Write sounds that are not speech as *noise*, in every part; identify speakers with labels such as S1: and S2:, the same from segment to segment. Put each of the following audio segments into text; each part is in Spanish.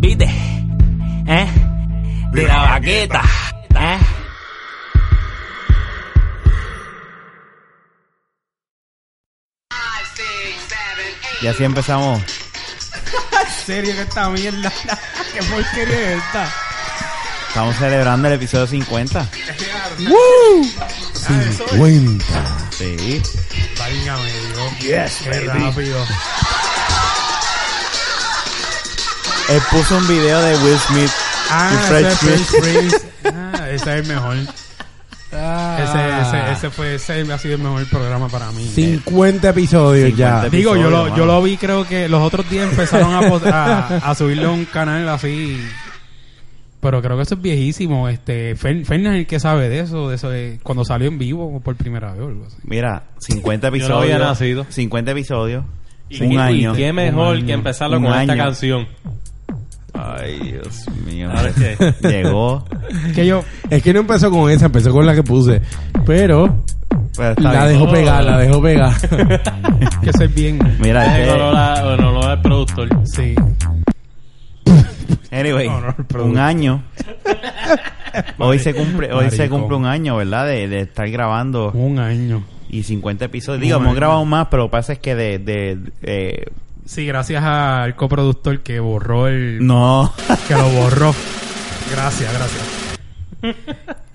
S1: ¿Viste? ¿Eh? De la baqueta. ¿Eh?
S2: Y así
S3: *laughs*
S2: empezamos.
S3: serio que esta mierda? *laughs* ¿Qué porquería es esta?
S2: Estamos celebrando el episodio
S3: *laughs*
S2: 50.
S3: Ah,
S4: Cuenta.
S2: Sí.
S3: Válgame Dios. Yes, Qué *laughs* rápido.
S2: Él puso un video de Will Smith
S3: Ah,
S2: y
S3: ese
S2: Fred
S3: es
S2: Smith.
S3: Fresh Prince. Ah, ese es el mejor.
S4: Ah,
S3: Ese, ese, ese fue, ese ha sido el mejor programa para mí.
S4: 50 episodios
S2: 50
S4: ya.
S2: episodios.
S3: Digo, yo lo,
S2: mano.
S3: yo lo vi, creo que los otros días empezaron a, pos- a, a subirle a un canal así. Pero creo que eso es viejísimo. Este, Fer, Fer es el que sabe de eso, de eso de cuando salió en vivo por primera vez o algo así.
S2: Mira, 50
S5: Yo
S2: episodios.
S5: no había nacido.
S2: 50 episodios.
S5: Y
S2: Un
S5: qué-
S2: año.
S5: Y qué
S2: Un
S5: mejor
S2: año.
S5: que empezarlo
S2: Un
S5: con esta
S2: año.
S5: canción.
S2: Ay, Dios mío.
S5: Ahora qué.
S2: Llegó.
S3: Que yo,
S4: Es que no empezó con esa, empezó con la que puse. Pero
S2: Pero pues, está
S4: la
S2: bien.
S4: dejó
S3: Oh.
S4: pegar, la dejó pegar.
S3: *laughs* que soy bien.
S2: *laughs* Mira, este- es
S5: Es el
S2: que-
S5: olor a- el olor al productor.
S3: Sí.
S2: Anyway,
S3: No, no, el producto.
S2: un año. hoy se cumple, hoy se
S3: Marico.
S2: cumple un año, ¿verdad? De, de estar grabando
S3: Un año.
S2: y 50 episodios. Digo,
S3: Un
S2: hemos
S3: año.
S2: grabado más, pero lo que pasa es que de, de, eh,
S3: Sí, gracias al coproductor que borró el.
S2: no.
S3: Que lo borró. Gracias, gracias.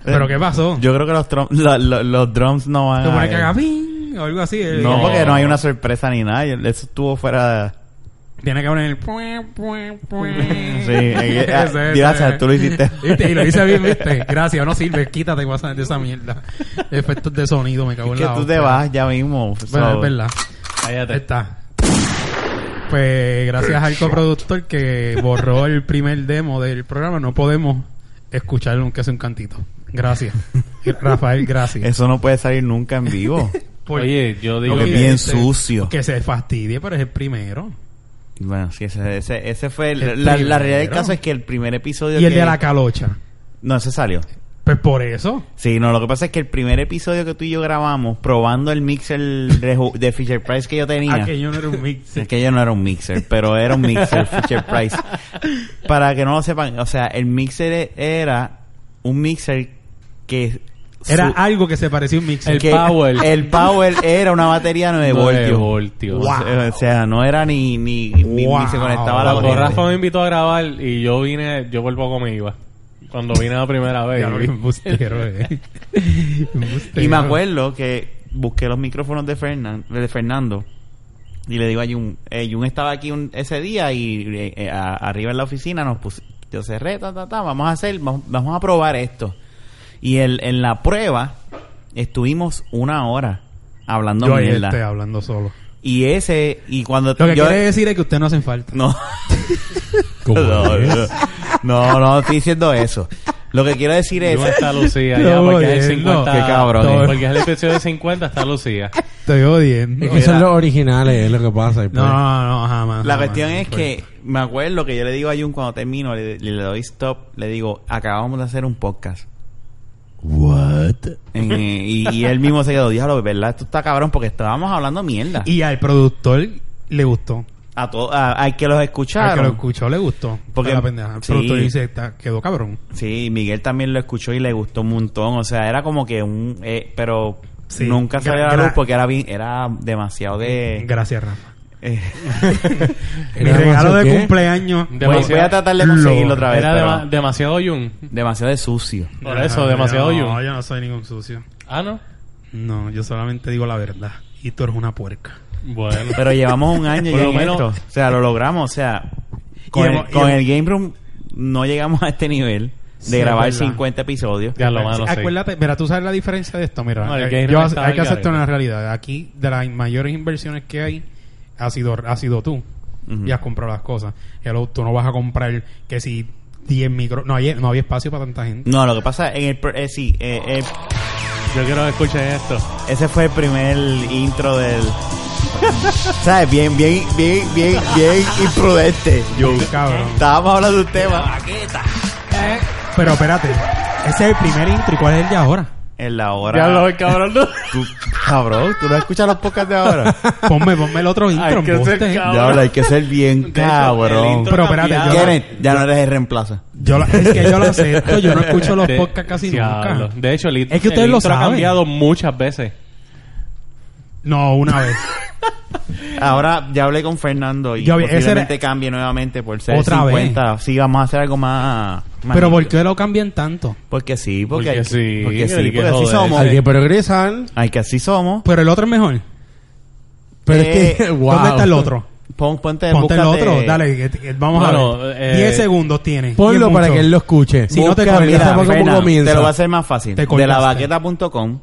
S3: Pero ¿qué pasó?
S2: Yo creo que los, trom- lo- lo- los drums no van
S3: Se supone que haga
S2: a...
S3: ping o algo así. eh,
S2: No,
S5: No.
S2: porque no hay una sorpresa ni nada. Eso estuvo fuera...
S3: Tiene que poner el. pue, pue, pue.
S2: *laughs* Sí,
S3: *laughs*
S2: eh, eh,
S3: Ese,
S2: gracias,
S3: ese.
S2: tú lo hiciste.
S3: ¿Viste? Y lo hice bien, ¿viste? Gracias, no sirve, quítate WhatsApp de esa mierda. Efectos de sonido, me cago
S2: Que
S3: en la
S2: tú te
S3: hostia.
S2: vas ya mismo.
S3: Bueno,
S2: so-
S3: es verdad. Ahí
S5: Cállate.
S3: está. Pues gracias al coproductor que borró el primer demo del programa, no podemos escucharlo aunque sea un cantito. Gracias. Rafael, gracias.
S2: Eso no puede salir nunca en vivo.
S3: Por-
S5: Oye, yo digo
S2: Porque es
S3: que-
S2: bien
S3: se-
S2: sucio.
S3: Que se fastidie, pero es el primero.
S2: Bueno, sí, ese, ese, ese fue... el-
S3: El
S2: la, la realidad del
S3: primero.
S2: caso es que el primer episodio...
S3: Y el
S2: que-
S3: de la calocha.
S2: No, ese salió.
S3: Pues por eso.
S2: Sí, no, lo que pasa es que el primer episodio que tú y yo grabamos, probando el mixer de, ju- de Fisher Price que yo tenía,
S3: Aquello no era un mix.
S2: es que yo no era un mixer, pero era un
S3: *laughs*
S2: mixer Fisher Price. Para que no lo sepan, o sea, el mixer e- era un mixer que. su-
S3: Era algo que se parecía a un mix.
S5: El
S2: que-
S5: Power.
S2: El Power era una batería 9
S5: Nueve
S2: voltios.
S5: voltios.
S2: O sea, O sea, no era ni, ni, ni, ni se
S3: Wow.
S2: conectaba a la
S5: Cuando
S2: corriente.
S5: Rafa me invitó a grabar y yo vine, yo vuelvo como iba. Cuando vine la primera vez.
S3: Ya lo vi, embustero, eh. Embustero.
S2: Y me acuerdo que busqué los micrófonos de, Fernan- de Fernando y le digo a Jun, eh, Jun estaba aquí un- ese día y eh, eh, a- arriba en la oficina nos puse, yo cerré, ta, ta, ta, vamos a hacer, vamos, vamos a probar esto. Y el, en la prueba estuvimos una hora hablando
S3: Yo ahí
S2: mierda.
S3: estoy hablando solo.
S2: Y ese, y cuando
S3: Lo que
S2: yo-
S3: quiere decir es que usted no hacen falta. *laughs*
S2: no.
S4: ¿Cómo
S2: no,
S4: es?
S2: no, no, no estoy diciendo eso. Lo que quiero decir es,
S5: No está
S2: *laughs*
S5: Lucía ya,
S3: No,
S5: porque es el
S3: bien, no.
S5: 50.
S2: Qué Pues, cabrón, eh.
S5: Porque es el episodio de 50, está Lucía.
S3: Estoy odiando.
S4: Es que son los originales, es lo que pasa. y
S3: No,
S4: pues,
S3: no, no, jamás.
S2: La
S3: jamás.
S2: cuestión es
S3: pues.
S2: que me acuerdo que yo le digo a Jun cuando termino, le, le doy stop, le digo, acabamos de hacer un podcast.
S4: What?
S2: En, eh, y, y él mismo se quedó, diablo, ¿verdad? Esto está cabrón porque estábamos hablando mierda. Y
S3: Y al productor le gustó.
S2: a todo, a- al que los
S3: Al que
S2: escucharon.
S3: lo escuchó le gustó.
S2: Porque-
S3: Porque la pendeja. El
S2: sí.
S3: productor dice, "Está- quedó cabrón.
S2: sí, Miguel también lo escuchó y le gustó un montón. O sea, era como que un... eh, pero
S3: Sí.
S2: nunca salió a
S3: Gra-
S2: la luz
S3: gra-
S2: porque era, bien, era demasiado de...
S3: Gracias, Rafa.
S2: eh,
S3: Mi
S4: ¿Era
S3: regalo de
S4: demasiado qué?
S3: cumpleaños.
S5: De-
S2: voy, voy a tratar de conseguirlo otra vez.
S5: Era
S2: pero
S5: dema- demasiado Jun.
S2: demasiado de sucio.
S5: Por
S3: Ajá,
S5: eso, demasiado
S3: yo. No,
S5: Jun.
S3: yo no soy ningún sucio.
S5: Ah, no.
S3: No, yo solamente digo la verdad. Y tú eres una puerca.
S5: Bueno.
S2: Pero llevamos un *laughs* año
S5: Por
S2: ya
S5: lo
S2: en
S5: menos-
S2: esto. O sea, lo logramos. O sea, con,
S3: hemos-
S2: el,
S3: y
S2: con
S3: hemos-
S2: el Game Room no llegamos a este nivel de
S3: Sí, es
S2: grabar
S3: verdad.
S2: 50 episodios.
S5: Ya lo mano, sí.
S3: Acuérdate, mira, tú sabes la diferencia de esto, mira.
S5: No, el
S3: eh,
S5: Game
S3: yo-
S5: Room
S3: hay
S5: estaba
S3: que
S5: al
S3: aceptar
S5: garete.
S3: una realidad. Aquí, de las mayores inversiones que hay, ha sido, ha sido tú.
S2: Ujú.
S3: Y has comprado las cosas. Hello, tú no vas a comprar que si 10 micro... No, hay- no había espacio para tanta
S5: *laughs*
S3: gente.
S2: No, lo que pasa en el... pr- eh, sí, eh, eh,
S5: Yo quiero que escuchen esto.
S2: ese fue el primer intro del... *laughs* ¿Sabes? Bien, bien, bien, bien, bien imprudente. Yo,
S3: Cabrón.
S2: estábamos hablando de un tema.
S3: Pero espérate, ese es el primer intro. ¿Y cuál es el de ahora?
S2: en la hora.
S5: Ya lo el cabrón. no.
S2: Tú, cabrón, tú no escuchas los podcasts de *laughs* ahora.
S3: Ponme, ponme el otro intro,
S5: que
S3: embuste.
S5: ser cabrón.
S2: Diablo, hay que ser bien
S5: De hecho, el
S2: cabrón.
S5: intro
S3: Pero espérate,
S5: cambiaba.
S3: yo-
S2: Kenneth, ya no eres el reemplazo.
S3: Yo la- es que yo lo acepto, yo no escucho
S5: *laughs*
S3: los
S5: De-
S3: podcasts casi
S5: Diablo.
S3: nunca.
S5: De hecho, el,
S3: Es que ustedes
S5: el
S3: lo
S5: intro ha
S3: saben.
S5: cambiado muchas veces.
S3: No, una
S5: *laughs*
S3: vez.
S2: Ahora ya hablé con Fernando y
S3: Yo vi- ese
S2: posiblemente
S3: era-
S2: cambie nuevamente por ser
S3: Otra
S2: 50. Sí, vamos a hacer algo más. más
S3: Pero
S2: limpio.
S3: ¿por qué lo cambian tanto?
S2: Porque sí, porque,
S5: Porque
S2: hay-
S5: sí,
S2: porque sí,
S5: hay que
S2: porque así
S5: joder.
S2: somos.
S4: Hay que progresar.
S2: Hay que así somos.
S3: Pero el otro es mejor.
S4: Pero
S2: Eh,
S4: es *laughs* que, wow.
S3: ¿Dónde está el otro?
S2: Pon, ponte,
S3: Ponte el
S2: Eh, búscate-
S3: otro, dale, que- que- vamos a
S5: Bueno,
S3: ver.
S5: eh,
S3: 10 segundos tiene.
S4: Ponlo
S3: Bien
S4: para
S3: mucho.
S4: que él lo escuche.
S3: Sí. Si no te
S2: Busca,
S3: colgaste,
S2: mira,
S4: ¿cómo
S2: Fernan,
S4: comienza?
S2: Te lo va a hacer más fácil.
S3: Te
S2: De
S3: colgaste.
S2: la vaqueta.com.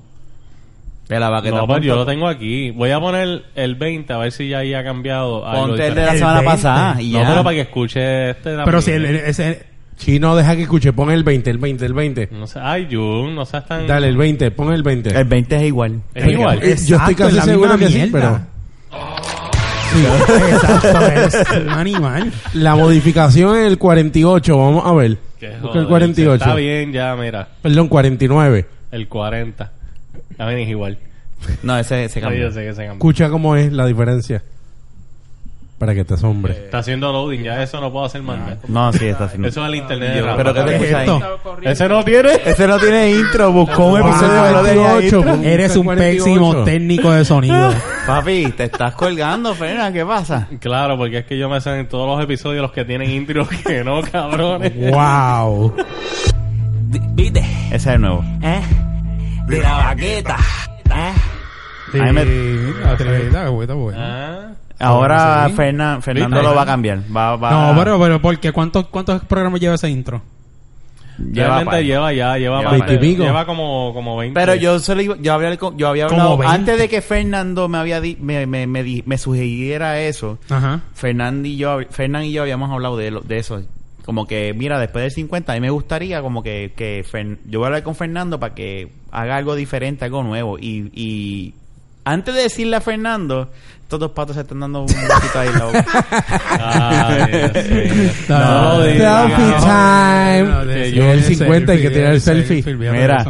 S2: De la
S5: No,
S2: vaqueta.com.
S5: pero yo lo tengo aquí. Voy a poner el 20 a ver si ya ahí ha cambiado algo.
S2: Ponte el de la
S5: diferente.
S3: El
S2: semana
S3: 20.
S2: pasada y ya.
S5: No, pero para que escuche este también.
S3: Pero si el, el- ese...
S4: Si no, deja que escuche. Pon el 20, el 20, el 20.
S5: No sé. Ay, Jun, no seas
S3: Mm.
S5: tan...
S4: Dale, el 20. Pon el 20.
S2: El 20 es
S5: *laughs*
S2: igual.
S5: Es igual.
S4: Eh, yo estoy
S3: pues, Exacto, es
S4: casi
S3: la
S4: seguro
S3: misma
S4: que sí, pero...
S3: mierda. Exacto, es *laughs* un animal.
S4: La modificación en el 48, vamos a ver.
S5: Que
S4: Busca el
S5: joder,
S4: 48.
S5: Está bien ya, mira.
S4: Perdón, 49.
S5: El 40. También es igual.
S2: No, ese se
S5: Ay,
S2: cambió.
S5: yo sé que se cambió.
S4: Escucha cómo es la diferencia. Para que te asombre.
S5: Está haciendo loading. Ya eso no puedo hacer más nada.
S2: No, sí, está haciendo.
S5: Eso es el internet. de Rafa.
S2: Ah. Pero que te
S3: ¿Qué es
S2: escucha ahí.
S3: esto?
S5: Ese no tiene.
S2: Ese no tiene intro, buscó un
S4: Wow.
S2: episodio que no tenía
S4: 48,
S2: intro.
S4: pum.
S3: Eres un
S4: 48.
S3: pésimo técnico *laughs* de sonido.
S2: Papi, te estás colgando, Fernan, ¿qué pasa?
S5: Claro, porque es que yo me sé en todos los episodios los que tienen intro *laughs* y los que no, cabrones.
S4: ¡Wow!
S1: D- ¿Viste?
S2: Ese es el nuevo.
S1: ¿Eh? De la vaqueta. ¿Eh?
S3: Sí,
S2: A mí me-
S3: la trivita, la jugueta buena.
S5: Ah,
S2: Ahora
S3: Sí.
S2: Fernan- Fernando
S5: ¿Viste?
S2: lo va a cambiar. Va, va,
S3: No, pero, pero ¿por qué? ¿Cuántos, ¿Cuántos programas lleva ese intro?
S2: lleva
S5: realmente
S2: pa-
S5: lleva ya, lleva
S2: Lleva
S5: más
S4: veinte y
S5: de-
S4: pico.
S5: Lleva como, como 20.
S2: Pero yo se lo iba- yo había, con- yo había
S3: Como
S2: hablado
S3: 20.
S2: antes de que Fernando me había di- me, me, me, di- me sugiriera eso.
S3: Ajá.
S2: Fernando y yo, Fernan y yo habíamos hablado de, lo- de eso. Como que, mira, después del 50, a mí me gustaría como que, que Fer- yo voy a hablar con Fernando para que haga algo diferente, algo nuevo. Y, y antes de decirle a Fernando, estos dos patos se están dando un poquito ahí. la boca.
S5: Ay, Dios mío.
S3: No,
S5: No,
S3: no,
S5: diga,
S4: Selfie
S5: no.
S4: time.
S3: No, de-
S5: Que
S4: yo
S3: de-
S4: el
S3: de
S4: 50 hay que tirar el selfie.
S3: olvídate
S2: Mira.
S3: de eso.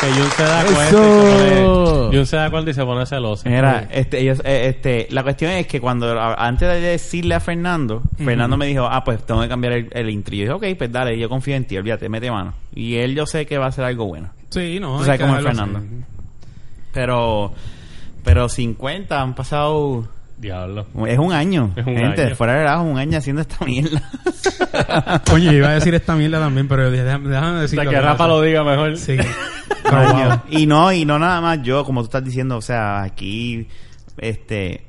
S5: Que Jun se da cuenta y se
S4: Eso.
S5: pone... Jun se da cuenta y se pone celoso.
S2: Mira, este, ellos, eh, este, la cuestión es que cuando, a- antes de decirle a Fernando, Fernando me dijo, ah, pues tengo que cambiar el, el intro. Y yo dije, ok, pues dale, yo confío en ti, olvídate, mete mano. Y él yo sé que va a hacer algo bueno.
S3: Sí, no.
S2: Tú
S3: hay
S2: sabes
S3: que
S2: cómo es
S3: dejarlo así.
S2: Fernando. Pero, pero 50 han pasado,
S5: Diablo.
S2: es un año.
S5: Es un
S2: gente,
S5: año.
S2: fuera de relajo, un año haciendo esta mierda.
S5: *laughs*
S3: Coño, yo iba a decir esta mierda también, pero déjame, déjame
S5: O
S3: decir.
S5: sea, que Rafa lo diga mejor.
S3: Sí.
S2: Un
S3: No,
S2: año.
S3: wow.
S2: Y no, y no nada más yo, como tú estás diciendo, o sea, aquí, este,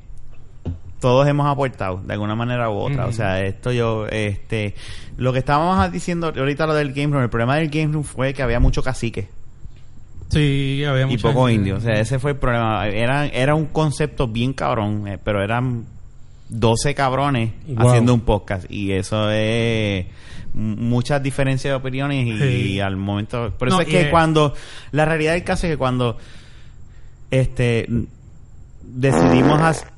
S2: todos hemos aportado de alguna manera u otra. O sea, esto yo, este, lo que estábamos diciendo ahorita lo del Game Room, el problema del Game Room fue que había mucho cacique
S3: Sí, había
S2: y
S3: mucha
S2: poco
S3: gente.
S2: indio. O sea, ese fue el problema. Era, era un concepto bien cabrón, eh, pero eran 12 cabrones
S4: Wow.
S2: haciendo un podcast. Y eso es m- muchas diferencias de opiniones y,
S3: Sí.
S2: al momento... Por eso
S3: No,
S2: es
S3: y eh,
S2: que
S3: es-
S2: cuando... La realidad del caso es que cuando este decidimos hacer...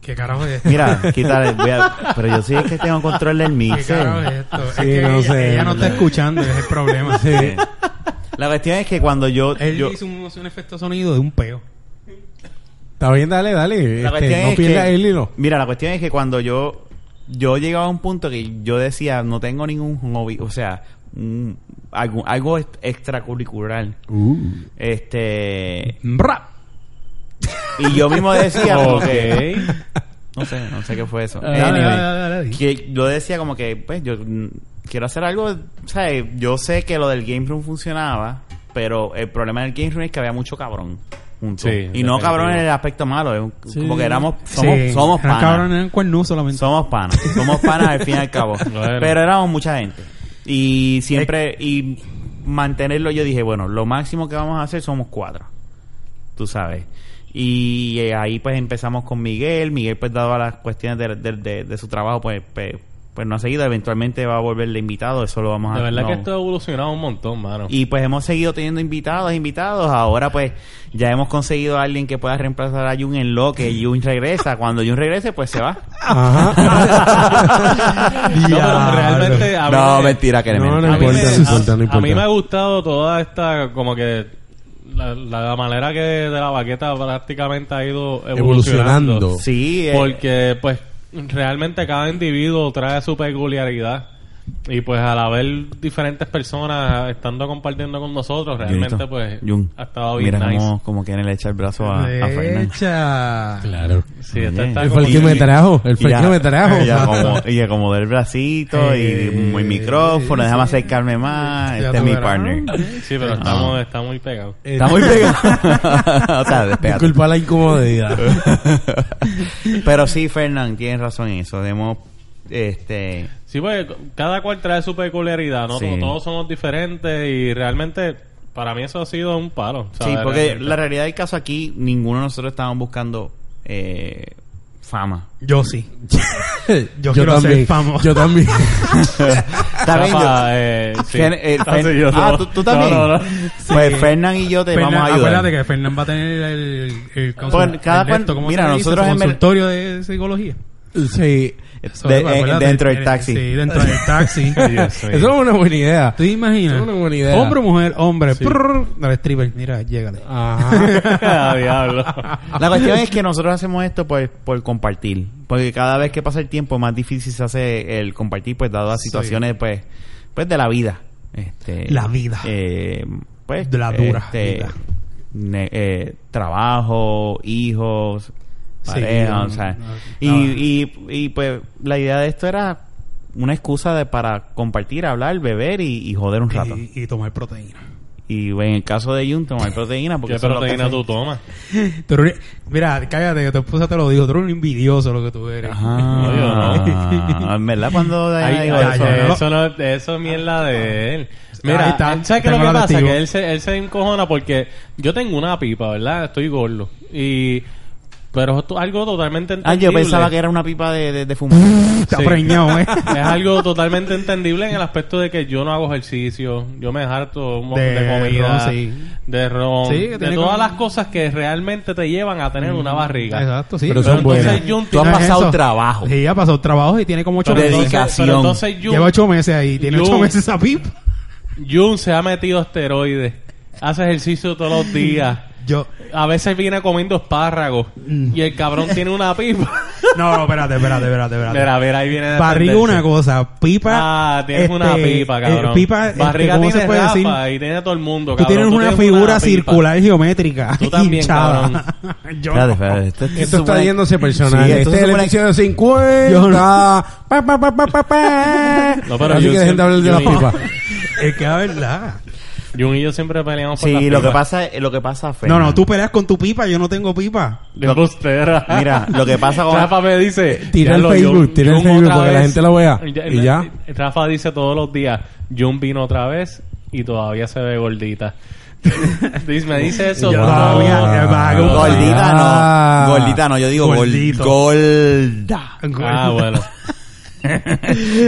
S3: ¿Qué carajo es esto?
S2: Mira, quítale, voy a- pero yo sí es que tengo control del eh.
S3: ¿Qué carajo es
S2: mixer.
S3: esto?
S4: Sí,
S3: es que
S4: no
S3: ella,
S4: sé.
S3: ella no está escuchando, es el problema.
S2: Sí. La cuestión es que cuando yo...
S3: Él
S2: yo-
S3: hizo un, un efecto sonido de un peo.
S4: Está bien, dale, dale.
S2: La
S4: Este,
S2: cuestión
S4: no
S2: es
S4: pierdas
S2: que-
S4: el hilo.
S2: Mira, la cuestión es que cuando yo yo llegaba a un punto que yo decía, no tengo ningún hobby, o sea, un- algo, algo est- extracurricular. Este,
S3: ¡Rap!
S2: y yo mismo decía como
S5: Ok.
S2: que no sé, no sé qué fue eso.
S3: Dale,
S2: Anyway,
S3: dale, dale, dale.
S2: que yo decía como que pues yo mm, quiero hacer algo, ¿sabes? Yo sé que lo del game room funcionaba, pero el problema del game room es que había mucho cabrón. junto.
S5: Sí,
S2: y no
S5: definitivo.
S2: cabrón en el aspecto malo, es un- como que éramos somos
S3: Sí,
S2: somos
S3: eran
S2: panas.
S3: cabrones, eran cuernudos solamente.
S2: Somos panas, somos panas al fin y al cabo.
S5: *laughs* Bueno.
S2: Pero éramos mucha gente. Y siempre, y mantenerlo, yo dije, bueno, lo máximo que vamos a hacer somos cuatro. Tú sabes. Y eh, ahí pues empezamos con Miguel. Miguel pues dado a las cuestiones de, de- de- de su trabajo, pues, pues, pues, no ha seguido. Eventualmente va a volver de invitado, eso lo vamos a
S5: De verdad que
S2: no.
S5: esto ha evolucionado un montón, mano.
S2: Y pues hemos seguido teniendo invitados, invitados. Ahora pues ya hemos conseguido a alguien que pueda reemplazar a Jun en lo que Jun regresa. Cuando Jun regrese, pues se va.
S4: *laughs* Ajá.
S5: no, pero realmente a mí
S2: No,
S5: me-
S2: mentira, que le
S4: No,
S2: miento.
S4: no
S5: a mí
S4: importa,
S5: me-
S4: no importa, no
S5: a- a mí
S4: importa.
S5: me ha gustado toda esta como que la, la manera que de la baqueta prácticamente ha ido evolucionando.
S4: Evolucionando.
S2: Sí, eh,
S5: Porque, pues, realmente cada individuo trae su peculiaridad. Y pues al haber diferentes personas estando compartiendo con nosotros, realmente
S2: Junito,
S5: pues
S2: Jun,
S5: ha estado bien
S2: mira
S5: nice.
S2: cómo, cómo quieren le echa el brazo a, a Fernan.
S3: Derecha.
S4: Claro.
S5: Sí, esta
S2: Oye.
S5: está
S4: Él
S5: como-
S4: fue el que me trajo. Él fue el
S2: ya-
S4: que me
S2: *laughs*
S4: trajo. Eh,
S2: Y acomodó, y acomodó el bracito y muy micrófono, déjame acercarme más.
S3: Ya
S2: Este es
S3: tú
S2: mi
S3: verás.
S2: partner.
S5: Sí,
S2: Ah.
S5: pero estamos, está muy pegados.
S2: Está muy pegado. *laughs* o sea, despégate.
S4: Disculpa la incomodidad. *laughs*
S2: Pero sí, Fernán, tienes razón en eso. Debemos, este...
S5: Sí, pues cada cual trae su peculiaridad, ¿no?
S2: Sí.
S5: Todos- Todos somos diferentes y realmente para mí eso ha sido un palo.
S2: Sí,
S5: ¿sabes?
S2: porque
S5: Realmente.
S2: la realidad del caso aquí, ninguno de nosotros estábamos buscando eh, fama.
S3: Yo sí. Yo quiero
S4: también.
S3: ser famoso.
S4: Yo también.
S2: Está bien, yo-
S5: Rafa, eh, sí.
S2: Fer- eh,
S5: Ah,
S2: Fer-
S5: sí, yo
S2: ah,
S5: no.
S2: ¿tú, tú también.
S5: No, no, no.
S2: Pues Fernán y yo te
S3: Fernan-
S2: vamos a
S3: Acuérdate
S2: ayudar.
S3: que Fernán va a tener el, el, consul-
S2: Bueno, cada
S3: el
S2: cual-
S3: esto, ¿cómo
S2: mira,
S3: se le dice?
S2: nosotros en Ver-
S3: consultorio de psicología.
S4: *laughs* Sí.
S3: Eso,
S2: De-
S3: acuérdate,
S2: eh, dentro del
S3: eh,
S2: taxi.
S3: Sí, dentro del
S2: *laughs*
S3: taxi.
S5: Dios mío.
S4: Eso es una buena idea.
S3: ¿Tú te imaginas?
S4: Es una buena idea.
S3: Hombre o mujer, hombre. Prrr, dale stripper, mira, llégale.
S4: *laughs* Ajá.
S5: *laughs* Ah,
S2: *laughs*
S5: diablo.
S2: La cuestión es que nosotros hacemos esto pues, por compartir. Porque cada vez que pasa el tiempo más difícil se hace el compartir, pues dado las situaciones pues, pues de la vida. Este,
S3: La vida.
S2: eh, pues,
S3: De la dura vida.
S2: ne- eh, trabajo, hijos,
S3: Sí,
S2: pareja,
S3: no,
S2: o sea.
S3: no,
S2: y,
S3: no.
S2: y, y, pues la idea de esto era una excusa de, para compartir, hablar, beber y, y joder un rato.
S3: Y, y tomar proteína.
S2: Y, bueno, en el caso de Jun, tomar proteína. Porque
S5: ¿Qué
S2: eso es lo que
S5: proteína
S2: hace-
S5: tú tomas?
S3: Tú eres- mira, cállate, que tu esposa te lo dijo. Tú eres un envidioso lo que tú eres.
S5: *laughs*
S2: Ah, en verdad cuando
S5: Ay,
S2: digo
S5: ay,
S2: eso,
S5: ay,
S3: no.
S5: eso, no, eso es mierda de él.
S3: Ahí
S5: Mira,
S3: está,
S5: él- ¿sabes qué es
S3: tengo
S5: lo que
S3: la
S5: pasa?
S3: testigo.
S5: Que él se, él se encojona porque yo tengo una pipa, ¿verdad? Estoy gordo. Y... Pero esto es algo totalmente
S2: Ah, yo
S5: entendible.
S2: pensaba que era una pipa de, de, de fumar.
S5: *laughs*
S3: Está
S5: Sí.
S3: preñado, ¿eh?
S5: Es algo totalmente entendible en el aspecto de que yo no hago ejercicio, yo me harto un montón de,
S3: De
S5: comida,
S3: ron, sí.
S5: de ron,
S3: Sí, que
S5: de
S3: tiene
S5: todas
S3: como-
S5: las cosas que realmente te llevan a tener una barriga.
S3: Exacto, sí.
S4: Pero
S5: Pero
S4: son
S5: entonces
S4: buenas.
S5: Jun
S2: Tú has
S3: ¿No
S5: tiene-
S3: es
S2: pasado trabajo.
S3: Sí, ha pasado trabajo y tiene como ocho
S5: pero
S2: dedica-
S3: meses.
S5: entonces-
S2: dedicación.
S5: pero entonces Jun-
S3: Lleva ocho meses ahí. Tiene
S5: Yo-
S3: ocho meses esa pipa.
S5: Jun se ha metido esteroides, hace ejercicio todos los días,
S3: Yo...
S5: a veces viene comiendo espárragos
S3: Mm.
S5: y el cabrón tiene una
S3: *laughs*
S5: pipa.
S3: No, no, espérate, espérate, espérate. espérate.
S5: Mira, mira, ahí viene la
S3: Barriga
S5: tendencia.
S3: una cosa, pipa.
S5: Ah, tienes una
S3: este,
S5: pipa,
S3: eh,
S5: cabrón.
S3: pipa, este,
S5: Barriga
S3: ¿cómo
S5: tiene
S3: se puede decir?
S5: Rafa y tiene todo el mundo,
S3: Tú
S5: cabrón.
S3: tienes una
S5: tienes
S3: figura
S5: una pipa.
S3: circular geométrica
S5: Tú también,
S3: hinchada. *laughs* Yo
S2: Espérate,
S3: no.
S2: espérate, esto,
S4: Esto está yéndose personal.
S2: Sí, esto
S4: este
S2: se
S4: es el
S2: supone-
S4: episodio 50.
S3: Yo no-
S4: Pa, pa, pa, pa, pa, pa.
S5: No, pero
S4: Así
S5: yo
S4: que
S5: siempre-
S4: dejen de hablar de
S5: yo
S4: la
S5: no-
S4: pipa.
S3: Es que la verdad.
S5: Jun y yo siempre peleamos por las
S2: Sí, lo que
S5: pipas.
S2: pasa, es- lo que pasa,
S3: No,
S2: Fernan.
S3: no, tú peleas con tu pipa, yo no tengo pipa.
S5: De postera.
S2: Mira, lo que pasa con-
S5: Rafa me dice...
S4: Tira
S5: "Ya
S4: el
S5: lo, Jun-
S4: Facebook, tira el
S5: Jun
S4: Facebook
S5: otra
S4: para que la
S5: vez".
S4: gente lo vea. Y ya.
S5: Rafa dice todos los días, Jun vino otra vez y todavía se ve gordita. *laughs* Dice- me dice eso.
S3: Yo
S5: todo-
S3: todavía-
S2: Ah. Gordita
S4: Ah.
S2: no. Gordita no, yo digo gol-
S3: Gordito.
S5: *laughs*
S2: golda.
S5: Ah,
S3: *laughs*
S5: bueno.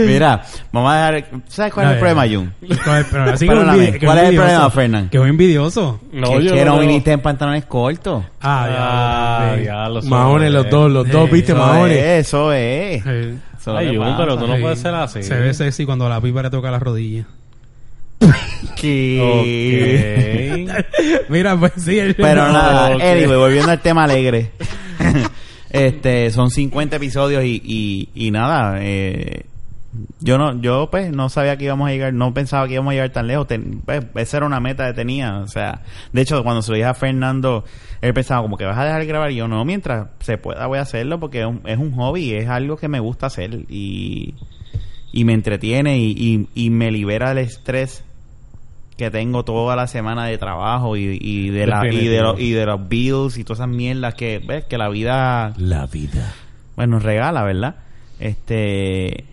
S2: Mira, vamos a dejar... ¿Sabes cuál es el
S3: No,
S2: problema,
S3: ya.
S2: Jun?
S3: ¿Cuál es el problema? Así que
S2: Perdóname,
S3: un envi- que
S2: ¿cuál
S3: un
S2: es el
S3: envidioso.
S2: problema, Fernan?
S3: Que un envidioso.
S5: No,
S2: que
S5: yo
S2: que no
S5: no-
S2: viniste en pantalones cortos.
S5: Ah,
S3: Ah, ya.
S5: ya lo sé.
S4: Mahones, los dos, los dos,
S3: Sí,
S4: viste,
S2: Eso
S4: mahones.
S2: es, eso es.
S3: Sí.
S2: Eso es lo
S5: Ay,
S2: que
S5: Jun,
S2: pasa.
S5: pero tú no
S3: Sí.
S5: puedes ser así.
S3: Se ve sexy cuando la pipa le toca la rodilla. *laughs*
S2: Que-
S5: Ok.
S3: Mira, pues
S2: *laughs*
S3: sí. el-
S2: Pero
S5: No,
S2: nada,
S5: ok.
S2: anyway, volviendo al tema alegre. *laughs* este, son 50 episodios y, y, y nada, eh, yo no, yo pues no sabía que íbamos a llegar, no pensaba que íbamos a llegar tan lejos, Ten- pues, esa era una meta que tenía, o sea, de hecho cuando se lo dije a Fernando, él pensaba como que vas a dejar de grabar y yo no, mientras se pueda voy a hacerlo porque es un, es un hobby, es algo que me gusta hacer y, y me entretiene y, y, y me libera el estrés que tengo toda la semana de trabajo y, y de la y de, los, y de los bills y todas esas mierdas que ves que la vida
S4: La vida.
S2: bueno regala verdad este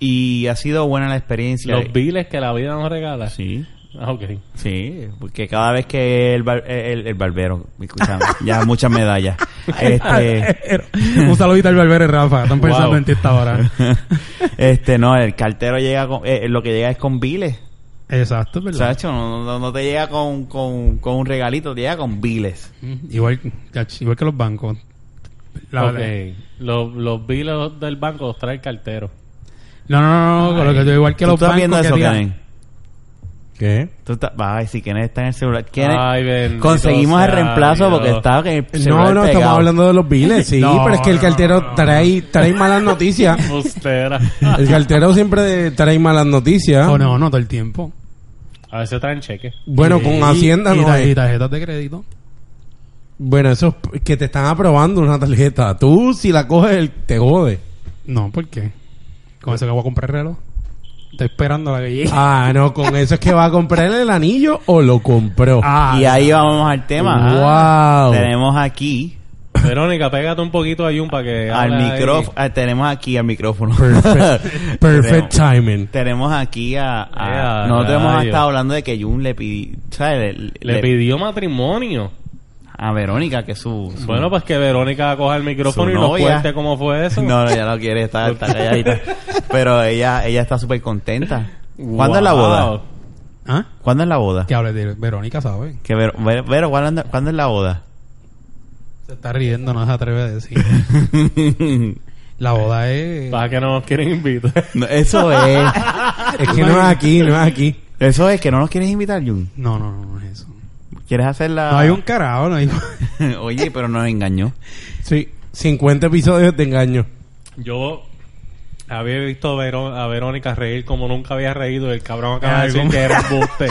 S2: y ha sido buena la experiencia
S5: Los biles que la vida nos regala.
S2: sí
S5: Ah, ok.
S2: Sí, porque cada vez que el, bar- el, el barbero, escuchame, *laughs* ya muchas medallas. Este,
S3: Un saludito al barbero y Rafa. Están pensando
S5: Wow.
S3: en ti esta hora.
S2: *laughs* este, no, el cartero llega con, eh, lo que llega es con biles.
S3: Exacto, es
S2: O
S3: ¿verdad?
S2: sea, hecho, no, no- no te llega con, con, con un regalito, te llega con biles.
S3: Igual, cach- igual que los bancos. La-
S5: Ok. Los, los biles del banco los trae el cartero.
S3: No, no, no, no, con lo que yo- igual que
S2: ¿Tú
S3: los
S2: estás
S3: bancos
S2: viendo
S3: que
S2: eso,
S3: tiran-
S2: Karen?
S4: ¿Qué?
S2: Tú estás- vas a decir quién está en el celular. ¿Quién es?
S5: Ay, bendito
S2: Conseguimos el
S5: sea
S2: reemplazo
S5: Dios.
S2: porque estaba que el
S4: No,
S2: celular
S4: no, estamos
S2: pegado.
S4: hablando de
S2: *laughs*
S4: los biles, sí,
S3: No,
S4: pero es que el
S3: no,
S4: cartero
S3: no, no.
S4: trae, trae malas
S2: *laughs*
S4: noticias.
S5: *laughs* Embustera.
S4: El cartero siempre trae malas noticias.
S3: O Oh, no, no todo el tiempo.
S5: A veces traen cheques.
S4: Bueno,
S3: Y-
S4: con Hacienda
S3: y,
S4: no
S3: tar-
S4: hay.
S3: y tarjetas de crédito.
S4: Bueno, eso es que te están aprobando una tarjeta. Tú, si la coges, el- te jode.
S3: No, ¿por qué? Con eso que voy a comprar reloj. Estoy esperando a la que llegue.
S4: Ah, no, con eso es que va a comprar el anillo o lo compró.
S3: Ah,
S2: Y ahí vamos al tema. Ah,
S4: wow.
S2: Tenemos aquí
S5: Verónica, pégate un poquito a Jun para que...
S2: al
S5: hable ahí.
S2: micrófono. tenemos aquí al micrófono. *laughs*
S4: *laughs* Perfect, perfect
S2: Tenemos-
S4: timing.
S2: Tenemos aquí a. a
S5: Ea,
S2: nosotros hemos
S5: rayo.
S2: estado hablando de que Jun le pidió. ¿Sabes? Le,
S5: Le
S2: le-
S5: pidió matrimonio.
S2: A Verónica que su. su-
S5: Bueno, pues que Verónica coja el micrófono
S2: Su
S5: y nos
S2: novia.
S5: cuente cómo fue
S2: *laughs*
S5: eso.
S2: No, no, ya no quiere estar, está calladita. Pero ella, ella está súper contenta. ¿Cuándo es la
S5: Wow.
S2: boda?
S3: ¿Ah?
S2: ¿Cuándo es la boda?
S3: Que hable de Verónica, ¿sabes?
S2: Que Vero, Vero- Vero, ¿cuándo, cuándo es la
S3: *laughs*
S2: boda?
S3: Se está riendo, no se atreve a *laughs* decir. La boda es...
S5: Para que no nos quieren invitar.
S2: No, eso es.
S4: Es que no es aquí, no es aquí.
S2: Eso es que no nos quieres invitar, Jun.
S3: No, no, no, no es eso.
S2: ¿Quieres hacerla?
S3: No hay un carajo, no hay...
S2: *laughs*
S3: *laughs*
S2: Oye, pero nos engañó.
S4: Sí, 50 episodios de engaño.
S5: Yo había visto Veró- a Verónica reír como nunca había reído. y El cabrón acaba de
S3: Ay,
S5: decir
S3: ¿cómo?
S5: que era
S3: *laughs*
S5: embuste.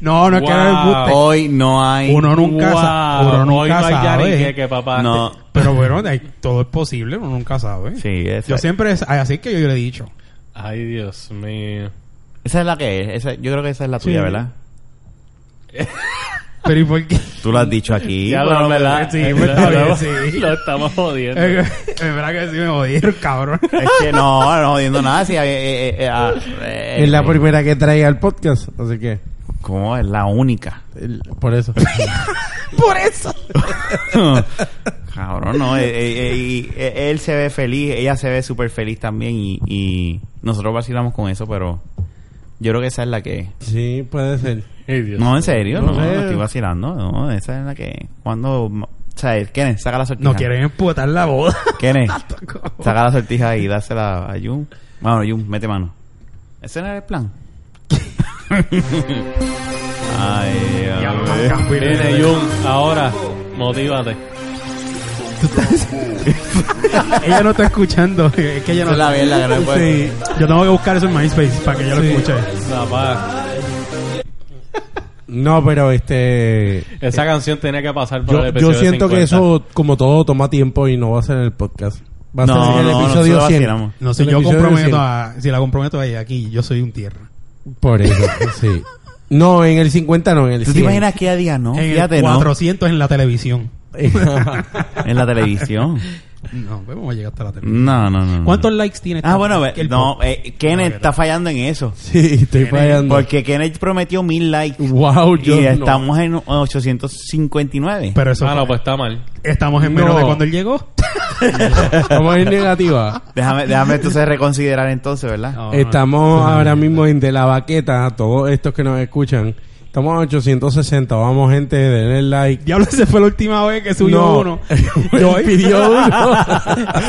S3: No, no es que no hay
S5: Wow.
S3: embuste.
S2: Hoy no hay.
S3: Ah. Uno nunca, sa-
S5: Wow,
S3: uno
S5: hoy
S3: nunca
S5: no hay ya ni
S3: sabe.
S5: que, que papá.
S2: No.
S3: Pero bueno, hay- todo es posible, uno nunca sabe.
S2: Sí, esa,
S3: Yo siempre... es- Así que yo le he dicho.
S5: Ay, Dios mío.
S2: esa es la que es. Esa- yo creo que esa es la tuya,
S3: Sí.
S2: ¿verdad?
S3: Pero ¿y *laughs* por qué?
S2: Tú lo has dicho aquí.
S5: Ya
S2: pero-
S5: lo, ¿verdad?
S3: sí,
S5: *laughs* Eh,
S3: pues, está
S5: lo-
S3: bien, sí.
S5: *laughs* lo estamos jodiendo.
S3: Es verdad que sí me jodieron, cabrón.
S2: Es que no, no jodiendo nada. Si, eh, eh, eh, ah, eh,
S4: Es la primera que trae al podcast, así que
S2: ¿Cómo? Es la única.
S4: el- por *laughs* eso.
S2: *laughs* Cabrón, no. eh, eh, eh, y, eh, él se ve feliz, ella se ve súper feliz también. Y, y nosotros vacilamos con eso, pero yo creo que esa es la que.
S4: Sí, puede ser.
S5: Ay, Dios.
S2: No, en serio,
S4: No
S2: no,
S4: sé.
S2: no estoy vacilando. No, esa es la que. Cuando. O sea, eh, Kenneth, saca la sortija.
S3: No quieren emputar la boda.
S2: *laughs* Kenneth, saca la sortija y dásela a Jun. Bueno, Jun, mete mano. Ese no era el plan. *laughs* Ay,
S3: Ya,
S2: Dios.
S3: man, campo y
S5: Viene
S3: medio.
S5: Jun, ahora, motívate.
S3: Ella no está escuchando. Es que ella
S2: Esa
S3: no.
S2: es la verla que no me puede-
S3: Sí. Yo tengo que buscar eso en MySpace para que ella lo escuche.
S5: Papá,
S4: No, pero este
S5: esa canción tenía que pasar por
S4: yo,
S5: el
S4: yo
S5: episodio
S4: siento que
S5: 50.
S4: eso como todo toma tiempo y no va a ser en el podcast. Va a
S2: No,
S4: ser en el
S2: no,
S4: episodio
S2: nosotros
S4: 100.
S2: vacilamos.
S3: No sé,
S4: El
S3: yo
S4: episodio
S3: comprometo
S4: 100.
S3: a. Si la comprometo a ella aquí, yo soy un tierra.
S4: Por eso, sí. No, en el 50 no, en el
S2: ¿Tú
S4: 100.
S2: te imaginas que ella diga no?
S3: en
S2: Fíjate,
S3: el
S2: no.
S3: 400 en la televisión.
S2: En la televisión.
S3: No, pues vamos a llegar hasta la televisión.
S2: No, no, no. no.
S3: ¿Cuántos likes tiene?
S2: Mm. Ah,
S3: esta-
S2: bueno, ve-
S3: el
S2: no,
S3: post?
S2: eh, Kenneth
S3: No,
S2: está fallando en eso.
S4: Sí, estoy fallando.
S2: Porque Kenneth prometió mil likes.
S4: wow, yo
S2: y
S4: no.
S2: estamos en 859.
S3: Pero eso.
S5: Ah, no,
S3: fue-
S5: pues está mal.
S3: Estamos en menos
S4: No.
S3: de cuando él llegó.
S4: Estamos en negativa.
S2: Déjame, déjame entonces reconsiderar entonces, ¿verdad?
S3: No, no,
S4: Estamos
S3: no.
S4: ahora mismo en De la Baqueta, todos estos que nos escuchan. Estamos a 860, vamos gente, denle like.
S3: Diablo, esa fue la última vez que subió
S4: No. *laughs*
S3: uno.
S4: Yo
S3: *laughs*
S4: pidió uno.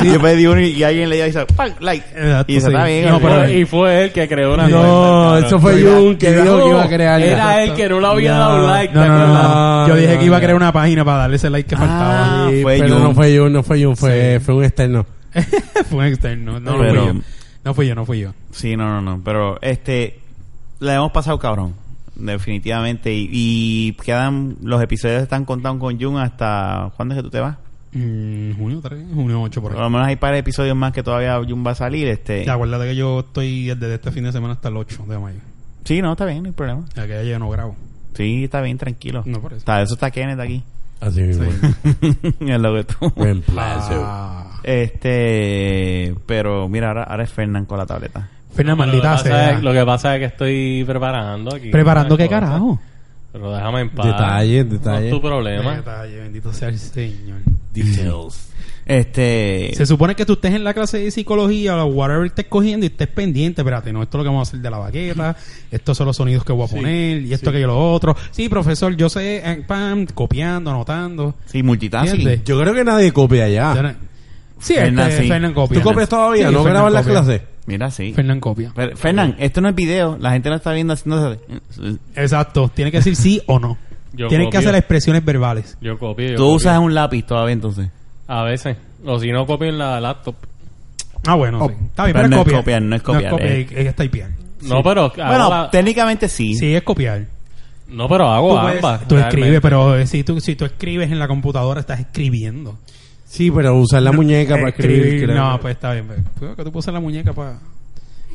S2: Yo pedí uno y- y alguien le dio y dice, "Pam, like.
S3: Exacto,
S2: y dice,
S3: sí.
S2: está bien.
S3: No,
S2: ok".
S3: pero-
S5: y fue él que creó una
S4: No,
S5: cuenta, cabrón.
S4: eso fue Jun que
S3: yo
S4: dijo
S3: iba-
S4: que iba a crear.
S5: Era él que no le había
S3: No,
S5: dado like.
S3: No, no, no,
S4: No,
S3: no. Yo dije
S4: no,
S3: que iba a
S4: no.
S3: crear una página para darle ese like que faltaba.
S2: Ah,
S4: Sí,
S2: fue
S4: pero
S2: Jun.
S4: no fue Jun, no fue Jun, fue, fue un externo.
S3: *laughs* fue un externo. No,
S2: Pero-
S3: no fui yo. No fui yo, no fui yo.
S2: Sí, no, no, no. Pero este, la hemos pasado cabrón. Definitivamente. Y, y quedan, los episodios están contados con Jun hasta, ¿cuándo es que tú te vas?
S3: Mm, junio 3, junio 8 por
S2: Por
S3: ahí.
S2: lo menos hay par de episodios más que todavía Jun va a salir. Este,
S3: Y acuérdate que yo estoy desde este fin de semana hasta el 8 de mayo.
S2: sí, no, está bien, no hay problema.
S3: Aquella yo no grabo.
S2: Sí, está bien, tranquilo.
S3: No, por eso.
S2: Está, eso está Kenneth
S3: *laughs*
S2: aquí.
S4: Así mismo.
S2: *laughs* es lo que tú.
S4: Buen plazo.
S3: Ah.
S2: Este, pero mira, ahora, ahora es Fernan con la tableta.
S3: Fernan,
S5: Lo que,
S3: maldita
S5: pasa
S3: sea.
S5: es, lo que pasa es que estoy preparando aquí.
S3: ¿Preparando qué
S5: unas cosas.
S3: carajo?
S5: Pero déjame en paz.
S4: Detalles,
S5: No es
S4: detalles.
S5: tu problema.
S3: Detalle, bendito sea el Señor.
S4: Details.
S2: Este,
S3: Se supone que tú estés en la clase de psicología o whatever estés cogiendo y estés pendiente. Espérate, no, esto es lo que vamos a hacer de la baqueta. Estos son los sonidos que voy a poner. Y esto, que yo lo otro. Sí, profesor, yo sé. eh, Pam, copiando, anotando.
S2: sí, multitasking.
S3: ¿Entiendes?
S4: Yo creo que nadie copia
S3: Yo
S4: ya.
S3: no- Ah. Sí,
S2: Fernan,
S3: este,
S2: sí.
S3: Fernan copia.
S4: ¿Tú copias todavía?
S3: Sí,
S4: ¿No
S3: Fernan
S4: grabas las
S3: copia.
S4: clases?
S2: Mira, sí.
S3: Fernan copia.
S2: Fer- Fernan, esto no es video. La gente lo está viendo haciendo...
S3: Exacto. Tiene que decir sí o no.
S5: Yo
S3: Tienen que
S5: copio.
S3: hacer expresiones verbales.
S5: Yo copio. yo
S2: Tú
S5: copio.
S2: usas un lápiz todavía, entonces.
S5: A veces. O si no, copio en la laptop.
S3: Ah, bueno,
S4: Oh,
S3: sí. Está bien,
S2: pero
S3: pero,
S2: no es
S3: copiar.
S2: copiar, no es copiar, eh.
S3: Ella está IPR.
S5: No, pero.
S2: bueno,
S5: hago la-
S2: técnicamente sí.
S3: Sí, es copiar.
S5: No, pero hago
S3: Tú, puedes-
S5: Oh, ambas.
S3: tú
S5: realmente.
S3: escribes, pero eh, si tú, si tú escribes en la computadora, estás escribiendo.
S4: Sí, pero usar la muñeca para escribir. creo.
S3: No, pues está bien. pero- Creo que tú puedes usar la muñeca para...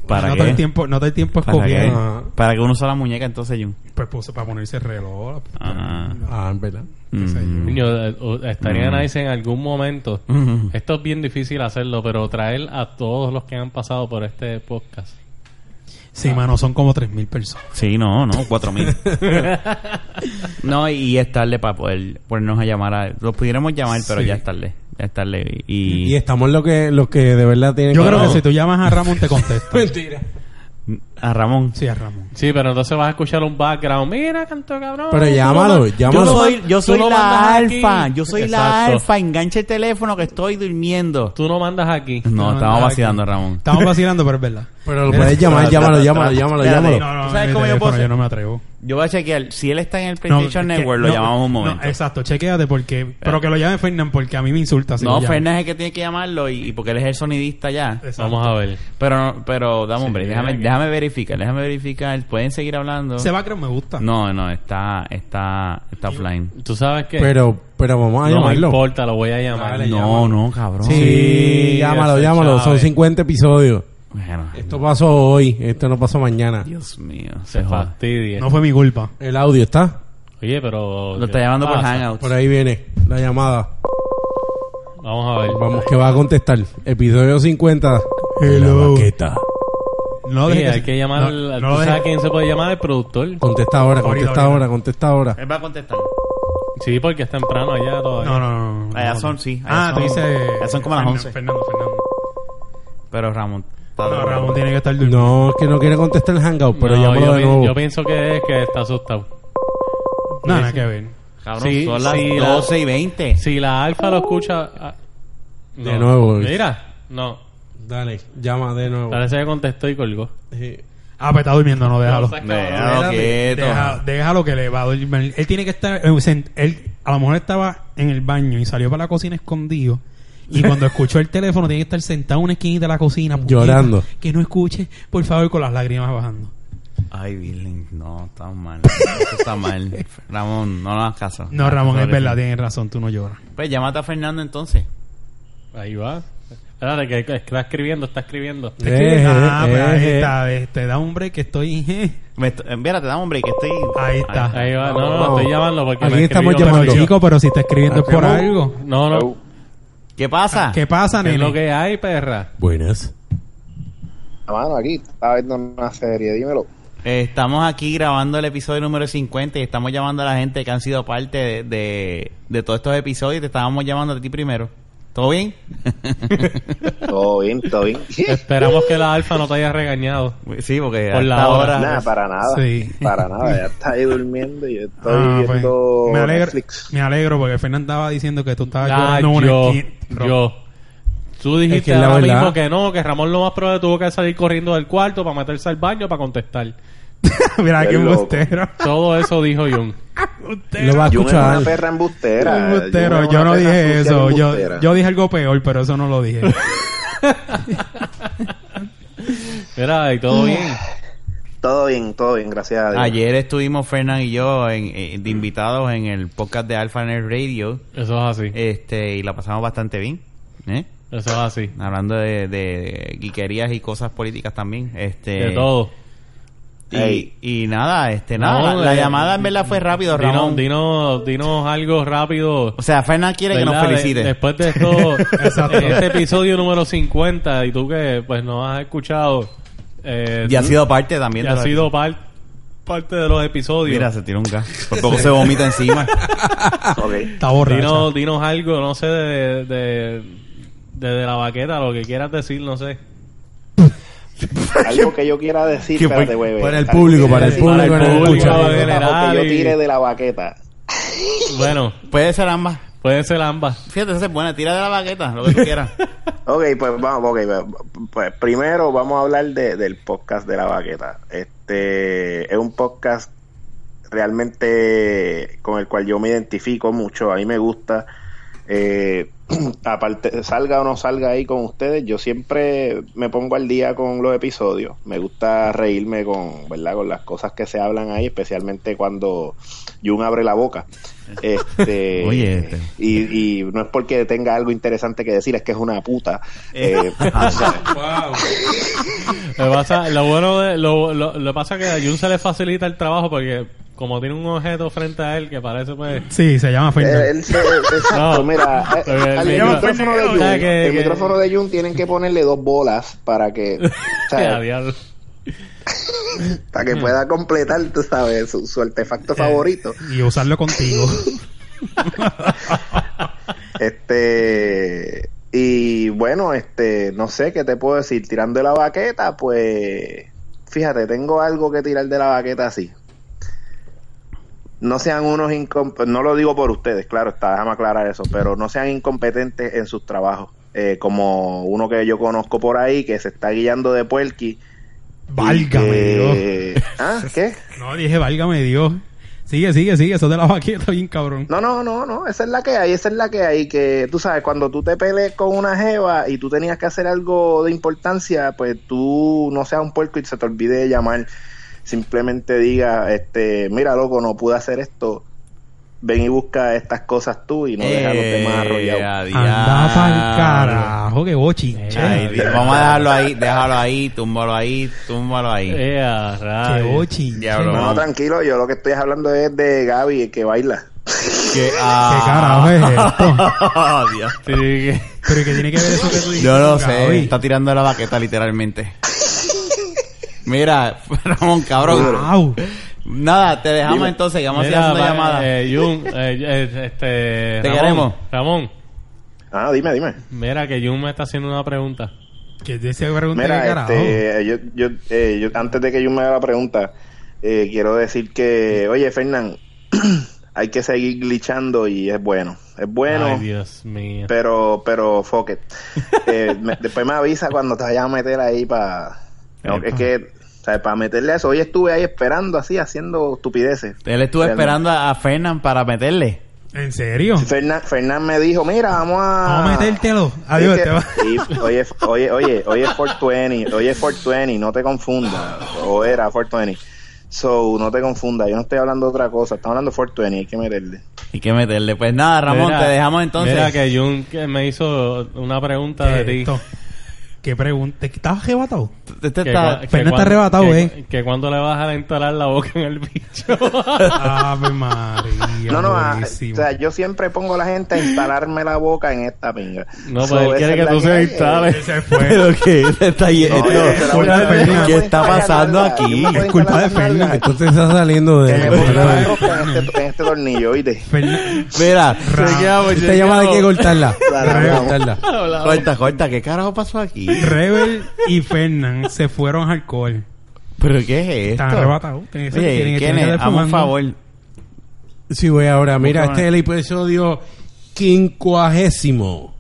S2: ¿Para
S3: no
S2: qué?
S3: Te tiempo, no te da tiempo a
S2: ¿Para qué?
S3: copiar.
S4: Ah.
S2: Para que uno usa la muñeca, entonces, Jun.
S3: Pues puse para ponerse reloj.
S2: Ah.
S4: Ah, es verdad.
S3: qué sé yo.
S2: Mm.
S5: Coño, eh, o- estaría
S2: Mm.
S5: nice en algún momento.
S2: Mm.
S5: Esto es bien difícil hacerlo, pero traer a todos los que han pasado por este podcast.
S3: Sí, mano, son como 3.000 personas.
S2: Sí, no, no, cuatro mil. *laughs* no, y es tarde para poder ponernos a llamar a... Los pudiéramos llamar, pero
S3: Sí.
S2: ya es tarde. Ya es tarde.
S4: Y
S2: Y,
S4: estamos los que, los que de verdad tienen
S3: Yo creo que si tú llamas a Ramón, *laughs* te contesta.
S4: Mentira.
S2: a Ramón.
S3: Sí, a Ramón.
S5: Sí, pero entonces vas a escuchar un background. Mira, canto cabrón.
S4: Pero
S5: tú lo
S4: llámalo,
S5: man-
S2: Yo
S4: llámalo.
S5: tú lo
S2: soy,
S5: man-
S2: yo
S5: tú
S2: soy
S5: lo
S2: la
S5: mandas aquí.
S2: alfa. Yo soy la
S5: Exacto.
S2: alfa. Engancha el teléfono que estoy durmiendo.
S5: Tú no mandas aquí.
S2: No,
S3: No,
S2: estamos
S3: nada
S2: vacilando,
S3: aquí.
S2: Ramón.
S3: Estamos vacilando, pero es verdad.
S4: Pero lo
S3: Mira,
S4: puedes llamar,
S2: espérate,
S4: llámalo, llámalo,
S2: espérate,
S4: llámalo,
S2: espérate.
S4: llámalo.
S3: No, no,
S2: ¿Tú sabes
S3: mi
S2: cómo yo puedo
S3: teléfono,
S2: hacer?
S3: yo no me atrevo.
S2: Yo voy a chequear. Si él está en el
S3: No,
S2: PlayStation
S3: que-
S2: Network, lo
S3: no,
S2: llamamos un
S3: no,
S2: momento. No,
S3: exacto, chequéate porque... Pero que lo llame Fernan porque a mí me insulta. si lo llama.
S2: Fernández es el que tiene que llamarlo y, y porque él es el sonidista ya.
S3: Exacto.
S5: Vamos a ver.
S2: Pero, no- pero dame hombre,
S5: mira
S2: déjame,
S5: que-
S2: déjame verificar, déjame verificar. Pueden seguir hablando.
S3: Ese background me gusta.
S2: No, no, está, está, está offline.
S5: Tú sabes que.
S4: Pero, pero vamos a
S5: no me
S4: llamarlo.
S5: importa, lo voy a llamar.
S4: Dale,
S2: No,
S4: llámalo.
S2: no, cabrón.
S4: Sí,
S5: Sí,
S4: llámalo,
S5: ese
S4: llámalo. Son
S5: Chávez.
S4: 50 episodios.
S2: Bueno,
S4: Esto pasó hoy, esto no pasó mañana.
S2: Dios mío, se
S5: Se
S2: joda.
S5: fastidia.
S3: No fue mi culpa.
S4: El audio está.
S5: Oye, pero. Ah,
S2: Lo está llamando por
S5: pasa?
S2: Hangouts.
S4: Por ahí viene la llamada.
S5: Vamos a ver.
S4: Vamos, que va a contestar. Episodio 50.
S3: Hello.
S4: La vaqueta.
S3: No,
S5: Oye,
S3: dejes que-
S5: hay que llamar.
S3: no,
S5: al-
S3: no
S5: ¿Tú
S3: lo
S5: sabes
S3: dejes-
S5: quién se puede llamar? El productor.
S4: Contesta ahora,
S3: Ahorita,
S4: contesta
S3: ahorita.
S4: ahora, contesta ahora.
S2: Él va a contestar.
S5: Sí, porque es temprano allá todavía.
S3: No, no, no. no,
S2: Allá
S3: no.
S2: son, sí, allá
S3: Ah, tú
S2: son-
S3: dices...
S2: allá son como las
S3: Fernan-
S2: 11.
S3: Fernando, Fernando.
S2: Pero Ramón. está-
S3: No, Ramón tiene que estar durmiendo.
S4: No, es que no quiere contestar el hangout, pero
S5: No,
S4: llámalo
S5: yo,
S4: de
S5: pi-
S4: nuevo.
S5: yo pienso que es que está asustado.
S3: No, nada que ver.
S2: Cabrón,
S5: Sí,
S2: son las
S5: sí, la-
S2: 12 y 20.
S5: Si la alfa lo escucha. ah, no.
S4: De nuevo.
S5: Mira, no.
S4: Dale, llama de nuevo.
S5: Parece que contestó y colgó.
S4: Sí.
S3: Ah, pues está durmiendo, no, déjalo.
S5: No,
S4: Ah,
S2: Déjalo quieto.
S3: Deja- déjalo que le va a dormir. Él tiene que estar. eh, sent- Él, a lo mejor estaba en el baño y salió para la cocina escondido.
S4: *laughs*
S3: Y cuando escuchó el teléfono, tiene que estar sentado en una esquinita de la cocina. puñeta,
S4: Llorando.
S3: Que no escuche, por favor, con las lágrimas bajando.
S2: Ay, Billing, no, está mal. Esto está mal. Ramón, no le hagas caso.
S4: Ah,
S3: No, Ramón, es verdad, tienes razón, tú no lloras.
S2: Pues llámate a Fernando entonces.
S5: Ahí va. Espérate, que, que está escribiendo, está escribiendo.
S4: Eh, eh,
S3: ah, pues ahí
S4: eh,
S3: está, eh, te da un break que estoy. *laughs* eh.
S2: Me estoy- espérate, da hombre, que estoy.
S3: Ahí está.
S5: Ahí va. No,
S4: Vamos,
S5: no,
S4: vamos.
S5: estoy llamando porque
S4: Aquí
S5: me
S4: estamos
S5: escribió.
S3: Pero
S4: llamando.
S3: chico, pero si está
S5: Ah,
S3: escribiendo es por
S4: Ramón.
S3: algo.
S5: No, no.
S2: ¿Qué pasa?
S3: ¿Qué pasa,
S5: ¿Qué es lo
S3: nene? Ah,
S5: que hay, perra?
S4: Buenas.
S6: Ah, Mano, aquí estaba viendo una serie, dímelo.
S2: Eh, estamos aquí grabando el episodio número 50 y estamos llamando a la gente que han sido parte de, de, de todos estos episodios. Te estábamos llamando a ti primero. ¿Todo bien?
S6: Todo bien, todo bien.
S5: Esperamos que la alfa no te haya regañado.
S2: Sí, porque
S5: Por la
S2: hasta
S5: hora.
S2: ahora-
S6: *laughs* nada, para nada.
S3: Sí.
S6: Para nada, ya está ahí durmiendo y yo estoy
S3: Ah, pues,
S6: viendo
S3: me, alegro,
S6: Netflix.
S3: me alegro porque Fernando estaba diciendo que tú estabas
S5: Ah,
S3: llorando en una
S5: yo,
S3: esquina.
S5: yo. Tú dijiste
S4: Es que la
S5: ahora
S4: verdad-
S5: mismo que no, que Ramón lo más probable tuvo que salir corriendo del cuarto para meterse al baño para contestar.
S3: *laughs* Mira,
S6: Qué
S3: qué
S6: loco.
S3: embustero.
S5: Todo eso dijo Jun.
S4: Lo va a
S6: Yo es una
S4: escuchar.
S6: perra embustera.
S3: Embustero,
S6: Jun es
S3: yo
S6: una
S3: no
S6: perra
S3: dije
S6: sucia
S3: eso. Yo,
S6: embustera.
S3: yo dije algo peor, pero eso no lo dije.
S5: Mira, y todo bien.
S6: Todo bien, todo bien, gracias a Dios.
S2: Ayer estuvimos Fernán y yo en- en- de invitados en el podcast de Alpha Nerd Radio
S5: Eso es así.
S2: este, y la pasamos bastante bien. ¿eh?
S5: Eso es así.
S2: Hablando de, de guiquerías y cosas políticas también. Este,
S5: De todo.
S2: Y,
S6: Ey.
S2: y nada, este, nada.
S5: No,
S2: la
S5: eh,
S2: llamada en verdad fue rápido,
S5: Dinos,
S2: Ramón.
S5: dinos, dinos algo rápido.
S2: O sea, Fernán quiere que nos
S5: ¿verdad? De-
S2: felicite.
S5: después de esto,
S3: Exacto.
S5: en este episodio número 50, y tú que pues no has escuchado, eh,
S2: y ha sido parte también.
S5: y
S2: de
S5: has
S2: la-
S5: sido par- parte de los episodios.
S2: Mira, se tiró un gas. Por poco se vomita encima.
S3: *laughs*
S6: Ok.
S3: Está borracha.
S5: dinos, dinos algo, no sé, de, de, de- de la baqueta, lo que quieras decir, no sé.
S6: Algo que yo quiera decir,
S2: que-
S6: espérate, güey.
S4: para el
S6: Algo
S4: público,
S6: que
S4: para el
S6: quiera decir.
S4: público,
S5: para el
S6: Algo
S5: público
S6: que
S5: en
S6: yo
S5: general.
S6: tire de la baqueta.
S5: Bueno,
S2: Puede ser ambas.
S5: Pueden ser ambas.
S2: Fíjate, esa es buena. Tira de la baqueta, lo que tú quieras.
S6: Ok, pues vamos, ok, pues, pues primero vamos a hablar de- del podcast de la baqueta. Este es un podcast realmente con el cual yo me identifico mucho, a mí me gusta. Eh, *clears throat* aparte, salga o no salga ahí con ustedes, yo siempre me pongo al día con los episodios. Me gusta reírme con, ¿verdad? con las cosas que se hablan ahí, especialmente cuando Jun abre la boca.
S2: *laughs*
S6: Este,
S2: Oye, este.
S6: Y, y no es porque tenga algo interesante que decir, es que es
S2: *laughs*
S6: una puta.
S2: Ah,
S6: Eh, o sea,
S5: Lo, que pasa, lo bueno de, lo, lo, lo que pasa es que a Jun se le facilita el trabajo porque como tiene un objeto frente a él que parece pues...
S3: Sí, se llama Fernan.
S6: Eh, él se- exacto,
S5: No.
S6: mira, eh,
S5: Pero el
S6: al
S5: micro-
S6: micrófono de Jun,
S5: O sea, que-
S6: el
S5: que-
S6: micrófono de Jun tienen que ponerle dos bolas
S5: *laughs*
S6: para que, o sea,
S5: a diablo.
S6: para
S5: Mm.
S6: que pueda completar, tú sabes, su, su artefacto favorito.
S3: Eh, Y usarlo
S6: *laughs*
S3: contigo. *laughs*
S6: Este y bueno, este, no sé qué te puedo decir, tirando de la baqueta, pues fíjate, tengo algo que tirar de la baqueta así. No sean unos incom- no lo digo por ustedes, claro, está, déjame aclarar eso, pero no sean incompetentes en sus trabajos. Eh, como uno que yo conozco por ahí que se está guiando de puerqui. y
S3: Válgame Dios.
S6: que- ¿Ah? ¿Qué?
S3: No, dije, válgame Dios. Sigue, sigue, sigue. Eso de la vaqueta bien cabrón.
S6: No, no, no, no, esa es la que hay, esa es la que hay, que tú sabes, cuando tú te pelees con una jeva y tú tenías que hacer algo de importancia, pues tú no seas un puerco y se te olvide de llamar, simplemente diga, este, mira loco, no pude hacer esto, ven y busca estas cosas tú y no deja a los demás
S2: Eh,
S6: arrollados.
S3: Anda pa'l carajo, que bochinche.
S2: Ay, Dios, vamos a dejarlo ahí, déjalo ahí, túmbalo ahí, túmbalo ahí.
S5: Eh, a
S3: que
S5: rayos.
S3: bochinche.
S2: Diablo.
S6: No, no, tranquilo, yo lo que estoy hablando es de Gaby, el que baila.
S2: Que-
S3: ¿Qué
S2: ah.
S3: carajo es
S2: *laughs*
S3: esto?
S2: Oh, Dios.
S5: Sí, que-
S3: Pero que tiene que ver eso que tú dices.
S2: Yo lo
S3: Gaby?
S2: sé, está tirando la baqueta literalmente. Mira, *laughs* Ramón, cabrón.
S3: Wow.
S2: Nada, te dejamos entonces, que vamos a ir
S5: Mira,
S2: haciendo
S5: va-
S2: llamadas.
S5: eh, Jun, eh, eh, este...
S2: Te
S5: Ramón,
S2: queremos.
S5: Ramón,
S6: Ah, dime, dime.
S5: mira que Jun me está haciendo una pregunta.
S3: Que te se pregunta qué
S6: Mira,
S3: carajo.
S6: este, yo, yo, eh, yo- antes de que yo me haga la pregunta, eh, quiero decir que, oye, Fernán, *clears throat* hay que seguir glitchando y es bueno. Es bueno,
S5: Ay, Dios mío.
S6: pero, pero, fuck it. Eh, me- después me avisa cuando te vayas a meter ahí para... es que, para meterle a eso. Hoy estuve ahí esperando así, haciendo estupideces.
S2: Él estuvo
S6: Realmente.
S2: esperando a Fernan para meterle.
S3: ¿En serio?
S6: Fernán, Fernán me dijo, mira, vamos a...
S3: Vamos a metértelo. Adiós, Ah,
S6: Sí,
S2: *laughs*
S3: te va.
S6: que- y- oye, oye, oye, oye, es 420, oye, es 420, no te confundas. O era 420. So, no te confundas, yo no estoy hablando de otra cosa, estamos hablando de 420, hay que meterle.
S2: Y que meterle. Pues nada, Ramón,
S5: Mira,
S2: te dejamos entonces.
S5: Mira que Jun que me hizo una pregunta de ti.
S3: Esto. ¿Qué pregunta? ¿Estás arrebatado?
S2: Este
S5: Que
S2: está-
S5: cua- que
S3: Fernan está
S5: cuan-
S3: arrebatado,
S5: que-
S3: eh.
S5: Que cuando le vas a entolar la boca en
S3: *laughs*
S5: el bicho.
S3: Ave María.
S6: No, no,
S4: ah,
S6: a- o
S3: buenísimo.
S6: sea, yo siempre pongo a la gente a instalarme la boca en esta pinga.
S5: No,
S6: So,
S5: pero él
S6: esa
S5: quiere
S6: es
S5: que
S6: la
S5: tú se
S6: hay.
S5: instales.
S3: Se *laughs*
S2: *laughs*
S3: fue.
S2: Pero que te está yendo.
S6: No, es que la
S3: Culpa de
S6: verdad,
S3: Fernan.
S6: yo
S2: ¿Qué
S6: me
S2: está
S6: puedo instalar
S2: pasando
S6: nalga,
S2: aquí?
S6: yo me puedo
S3: Es culpa
S6: instalar
S3: de Fernan,
S6: nalga.
S4: Esto te está saliendo
S6: *laughs* Que me
S4: de...
S5: *laughs*
S6: ponga
S4: otra
S6: la
S4: vez.
S6: roca en este, en este tornillo, oíste.
S3: Fernan-
S2: Mira,
S4: Esta llamada hay que cortarla.
S6: *laughs* Claro.
S4: Hay que cortarla.
S2: corta, corta, ¿qué carajo pasó aquí?
S3: Rebel y Fernan se fueron al alcohol.
S2: ¿Pero qué es
S3: Están
S2: esto?
S3: arrebatados. Tienen que ser- tienen
S2: Oye, ¿quién
S3: que- tienen que
S2: es? Hazme
S3: estar
S2: un
S3: fumando.
S2: favor.
S4: Sí, voy ahora. Mira,
S2: Busca
S4: este es el episodio quincuagésimo.
S5: *laughs*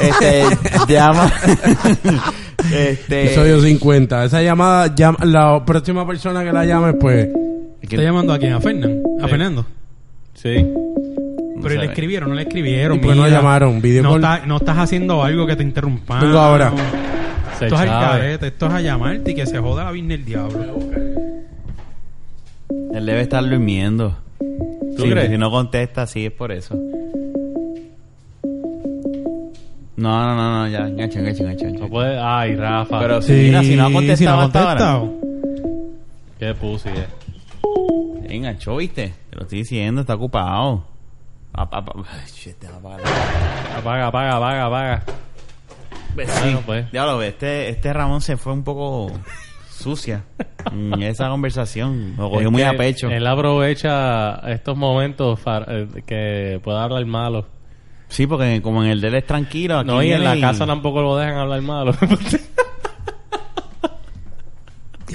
S2: Este, llama.
S6: Eh.
S2: este.
S4: Episodio 50. Esa llamada, llam- la próxima persona que la llame, pues...
S3: ¿Está llamando a quién? ¿A Fernan? ¿A
S5: Sí.
S3: Fernando?
S5: Sí.
S2: No
S3: Pero
S2: sé.
S3: le escribieron, no le escribieron.
S4: Y pues no
S3: mira.
S4: llamaron, video
S3: no,
S4: call.
S3: está- no estás haciendo algo que te interrumpa.
S4: Vengo ahora.
S5: Se
S3: Esto es al
S5: chave.
S3: carete, esto es a llamarte y que se joda la vida del diablo.
S2: Él debe estar durmiendo.
S5: ¿Tú
S2: Sí,
S5: crees?
S2: Si no contesta, sí, es por eso. No, no, no, no, ya, engancha, engancha, engancha,
S5: No
S2: engancha.
S5: puede... Ay, Rafa.
S2: Pero si, mira, si no ha contestado,
S3: si no ha
S2: hasta ahora.
S3: contestado.
S5: Qué pussy, eh.
S2: Enganchó, viste. Te lo estoy diciendo, está ocupado. Apa- apa- Ay, shit, déjame apagar la-
S5: Apaga, apaga, apaga, apaga.
S2: Pues sí.
S5: Bueno, pues.
S2: Diablo, este, este Ramón se fue un poco sucia en
S5: *laughs*
S2: esa conversación. Lo cogió
S5: Es
S2: muy
S5: que
S2: a pecho.
S5: Él aprovecha estos momentos para, eh, que pueda hablar malo.
S2: Sí, porque como en el de él es tranquilo. aquí
S5: No, y en
S2: viene
S5: la casa tampoco lo dejan hablar malo.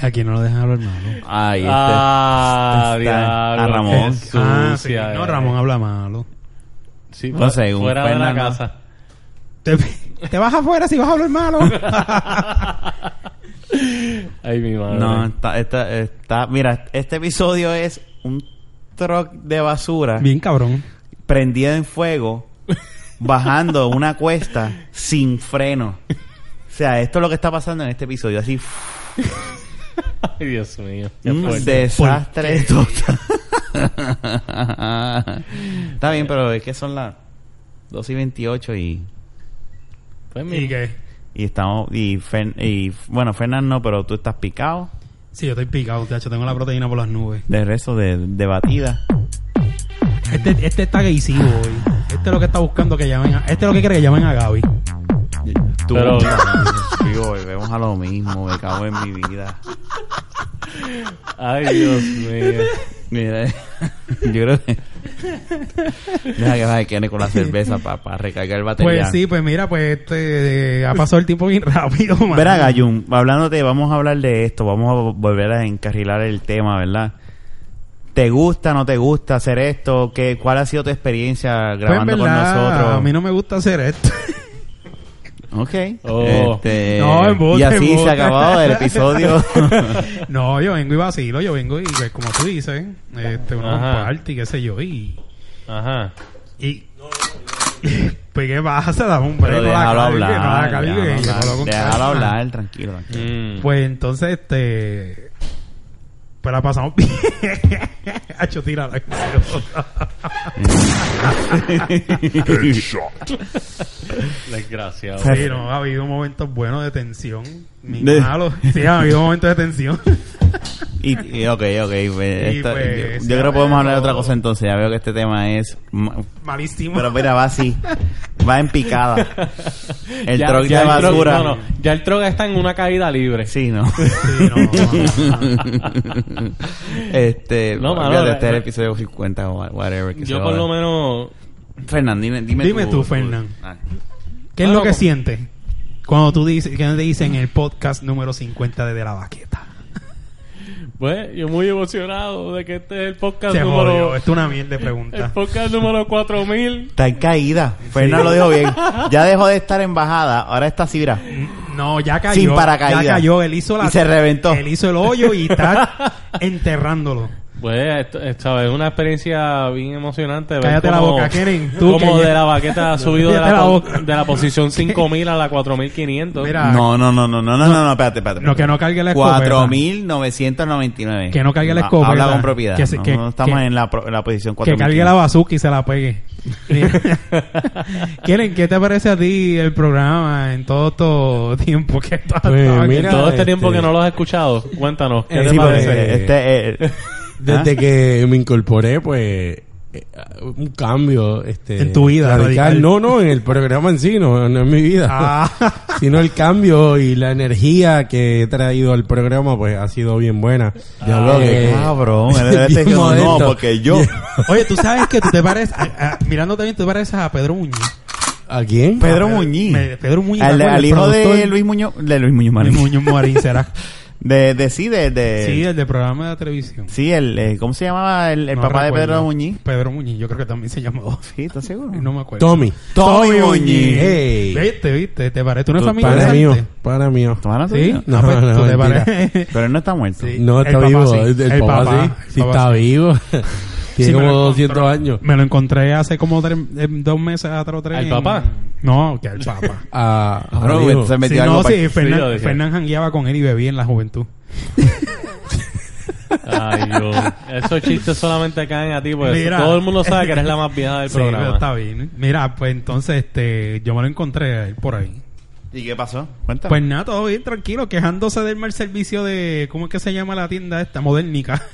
S3: Aquí no lo dejan hablar malo.
S5: *laughs*
S2: Ay, este.
S5: ah,
S2: está-
S5: diablo,
S2: a Ramón.
S5: qué
S3: Ah, sí.
S5: sucia,
S3: No,
S5: eh.
S3: Ramón habla malo.
S5: Sí,
S2: No
S5: fu-
S2: sé, un
S5: fuera de la
S2: Fernando.
S5: casa.
S3: Te, *laughs* te vas afuera si vas a hablar malo.
S5: *laughs* Ay, mi madre.
S2: No, está, está, está- Mira, este episodio es un truck de basura
S3: Bien cabrón.
S2: prendido en fuego, bajando una cuesta sin freno. O sea, esto es lo que está pasando en este episodio. Así,
S5: Ay, Dios mío. Qué
S2: un
S5: fuerte.
S2: desastre total. *laughs* está bien, pero es que son las 2 y 28 y,
S5: Pues, mi-
S3: ¿Y qué?
S2: y estamos. Y, Fer- y bueno, Fernando, no, pero tú estás picado.
S3: Sí, yo estoy picado, tacho. Tengo la proteína por las nubes.
S2: De resto de, de batida.
S3: Este, este está gaysivo hoy. Este es lo que está buscando que llamen a... Este es lo que quiere que llamen a Gaby.
S2: Tú,
S5: Pero-
S2: Digo, volvemos a lo mismo, me cago en mi vida.
S5: Ay, Dios mío.
S2: Mira, yo creo que. Deja que vaya Kenny con la cerveza para recargar el batería.
S3: Pues sí, pues mira, pues este, eh, ha pasado el tiempo bien rápido, man.
S2: Verá, Gayun, hablándote, vamos a hablar de esto, vamos a volver a encarrilar el tema, ¿verdad? ¿Te gusta, no te gusta hacer esto? ¿Qué, ¿Cuál ha sido tu experiencia
S3: Pues, en
S2: grabando
S3: verdad,
S2: con nosotros?
S3: A mí no me gusta hacer esto. *laughs*
S2: Ok.
S5: Oh.
S2: Este,
S3: No, embuste,
S2: y así se
S3: embuste.
S2: ha acabado el
S3: *laughs*
S2: episodio.
S3: no, yo vengo y vacilo, yo vengo y pues, como tú dices, este, uno
S5: Ajá.
S3: comparte y qué sé yo, y...
S5: Ajá.
S3: y pues qué pasa, dame un break,
S2: *laughs* Pero
S3: no la
S2: déjalo
S3: cargue,
S2: hablar.
S3: no la cargue,
S2: déjalo
S3: que no lo
S2: hablar, Déjalo
S3: concarga.
S2: hablar, tranquilo. tranquilo.
S5: Mm.
S3: Pues entonces, este. Pues la pasamos bien. *laughs* Hacho, tira la
S5: Desgraciado.
S2: Pues,
S3: Sí, no, ha habido momentos buenos de tensión. Ni
S2: De-
S3: malos. Sí, ha habido momentos de tensión. *laughs*
S2: Y, y- ok, ok. pues,
S3: Y
S2: esto-
S3: pues,
S2: yo, yo
S3: ya
S2: creo que podemos hablar de
S3: veo.
S2: otra cosa entonces. Ya veo que este tema es... ma-
S3: Malísimo.
S2: Pero mira, va así. Va en picada. El
S5: Ya-
S2: truck
S5: ya
S2: de
S5: el truck-
S2: basura.
S5: no, no, ya el truck está en una caída libre.
S2: Sí,
S5: *laughs*
S2: ¿no?
S3: Sí, no, no, no.
S2: este... No,
S5: No, mano,
S2: de
S5: la-
S2: este es el
S5: la-
S2: episodio 50 o whatever. que
S5: Yo
S2: se
S5: por
S2: joda.
S5: lo menos...
S2: Fernan, dime, dime,
S3: Dime tú, Fernan.
S2: Ah.
S3: ¿Qué es
S5: No,
S3: lo que
S5: como-
S3: sientes cuando tú dices, que te dicen en el podcast número 50 de De la Baqueta?
S5: Pues, yo muy emocionado de que este es el podcast
S3: Se
S5: número...
S3: jodió. Esto es una mierda de
S5: El
S3: pregunta.
S5: podcast número 4000.
S2: Está en caída. Fernan lo dijo
S3: *laughs*
S2: bien. Ya dejó de estar en bajada. Ahora está así, mira.
S3: No, ya cayó.
S2: Sin paracaídas.
S3: Ya cayó. Él hizo la...
S2: Y se reventó.
S3: Él hizo el hoyo y
S2: *laughs*
S3: está enterrándolo.
S5: Pues, esto- esta es una experiencia bien emocionante. ver
S3: Cállate la
S5: cómo-
S3: boca, Kenin. Tú
S5: cómo
S3: que-
S5: de la baqueta ha subido de
S3: Cállate
S5: la,
S3: la
S5: po-
S3: boca.
S5: de la posición 5000 a la 4500.
S3: Mira,
S2: No, no, no, no, no, no, no, no, espérate, espérate.
S3: No, que no cargue la escopeta.
S2: 4.999.
S3: Que no cargue la
S2: Ha-
S3: escopeta.
S2: Habla con propiedad.
S3: Que se-
S2: no,
S3: que-
S2: no estamos
S3: que-
S2: en la, pro- en la posición
S3: Que
S2: 4.000.
S3: cargue la bazooka y se
S2: *laughs*
S3: la pegue. Quieren, ¿qué te parece a ti el programa en todo todo tiempo que tú has
S4: Pues,
S3: estado aquí?
S4: mira,
S5: Todo este
S4: este-
S5: tiempo que no los has escuchado, cuéntanos. ¿Qué
S4: Eh,
S5: te
S4: sí, porque-
S5: parece?
S2: Eh, Este, eh,
S4: Desde
S2: ¿Ah?
S4: que me incorporé, pues eh, un cambio este
S3: En tu vida, radical.
S4: no no en el programa en sí no, no en mi vida
S3: Ah,
S4: sino el cambio y la energía que he traído al programa pues ha sido bien buena
S2: Ya lo que
S4: Eh, *laughs*
S2: *laughs* cabrón. él- él
S4: bien
S2: está diciendo, no,
S4: modesto.
S2: porque yo.
S3: oye, tú sabes que tú te pareces, a- a- mirándote bien, tú te pareces a Pedro Muñiz.
S4: ¿a
S2: *laughs*
S4: quién?
S2: Pedro
S3: A Pe-
S2: Muñiz.
S3: me- Pedro Muñiz.
S2: Al,
S3: ¿te acuerdas?
S2: al
S3: El
S2: hijo de
S3: productor.
S2: Luis Muñoz. De Luis Muñoz Marín.
S3: Luis Muñoz
S2: *laughs*
S3: Marín será.
S2: De, de sí, de. de-
S3: Sí, el de programa de la televisión.
S2: sí, el. eh, ¿Cómo se llamaba el, el
S3: No
S2: papá de
S3: recuerdo.
S2: Pedro Muñiz?
S3: Pedro Muñiz, yo creo que también se llamó.
S2: Sí, ¿estás seguro?
S3: *laughs* No me acuerdo.
S4: Tommy
S2: Tommy Muñiz.
S4: Ey.
S3: Viste, viste, te parece una
S2: Tú-
S3: familia.
S4: para
S3: decente.
S4: mío para mío
S2: ¿Tomaron
S3: Sí,
S2: sonido?
S4: No,
S3: Ah, pues,
S4: no,
S3: tú te
S4: mentira.
S3: pareces. *laughs*
S2: Pero él no está muerto.
S3: Sí.
S4: no
S3: el
S4: está
S3: papá
S4: vivo
S3: sí.
S4: el, el
S3: El
S4: papá,
S3: papá,
S4: sí
S3: el
S4: Sí
S3: papá
S4: está
S3: sí.
S4: vivo tiene
S3: Sí, me
S4: como
S3: lo
S4: 200 años
S3: Me lo encontré hace como tres- eh, dos meses atrás o tres.
S5: ¿Al
S3: en-
S5: papá?
S3: No, que al
S5: *laughs*
S3: papá.
S4: Ah,
S2: Cabrón,
S4: amigo.
S2: este se
S3: Sí,
S2: metió algo
S3: no,
S2: pa-
S3: sí,
S5: Sí, yo
S3: Fernán,
S5: dije.
S3: Fernán jangueaba con él y bebía en la juventud.
S5: Ay, Dios. Esos chistes solamente caen a ti, pues
S3: Mira.
S5: todo el mundo sabe que eres la más vieja
S3: *laughs*
S5: del
S3: Sí, pero
S5: programa.
S3: está bien. ¿eh? Mira, pues entonces este, yo me lo encontré a él por ahí.
S2: ¿Y qué pasó? Cuéntame.
S3: Pues nada, todo bien, tranquilo, quejándose del mal servicio de. ¿Cómo es que se llama la tienda esta? Modernica. *laughs*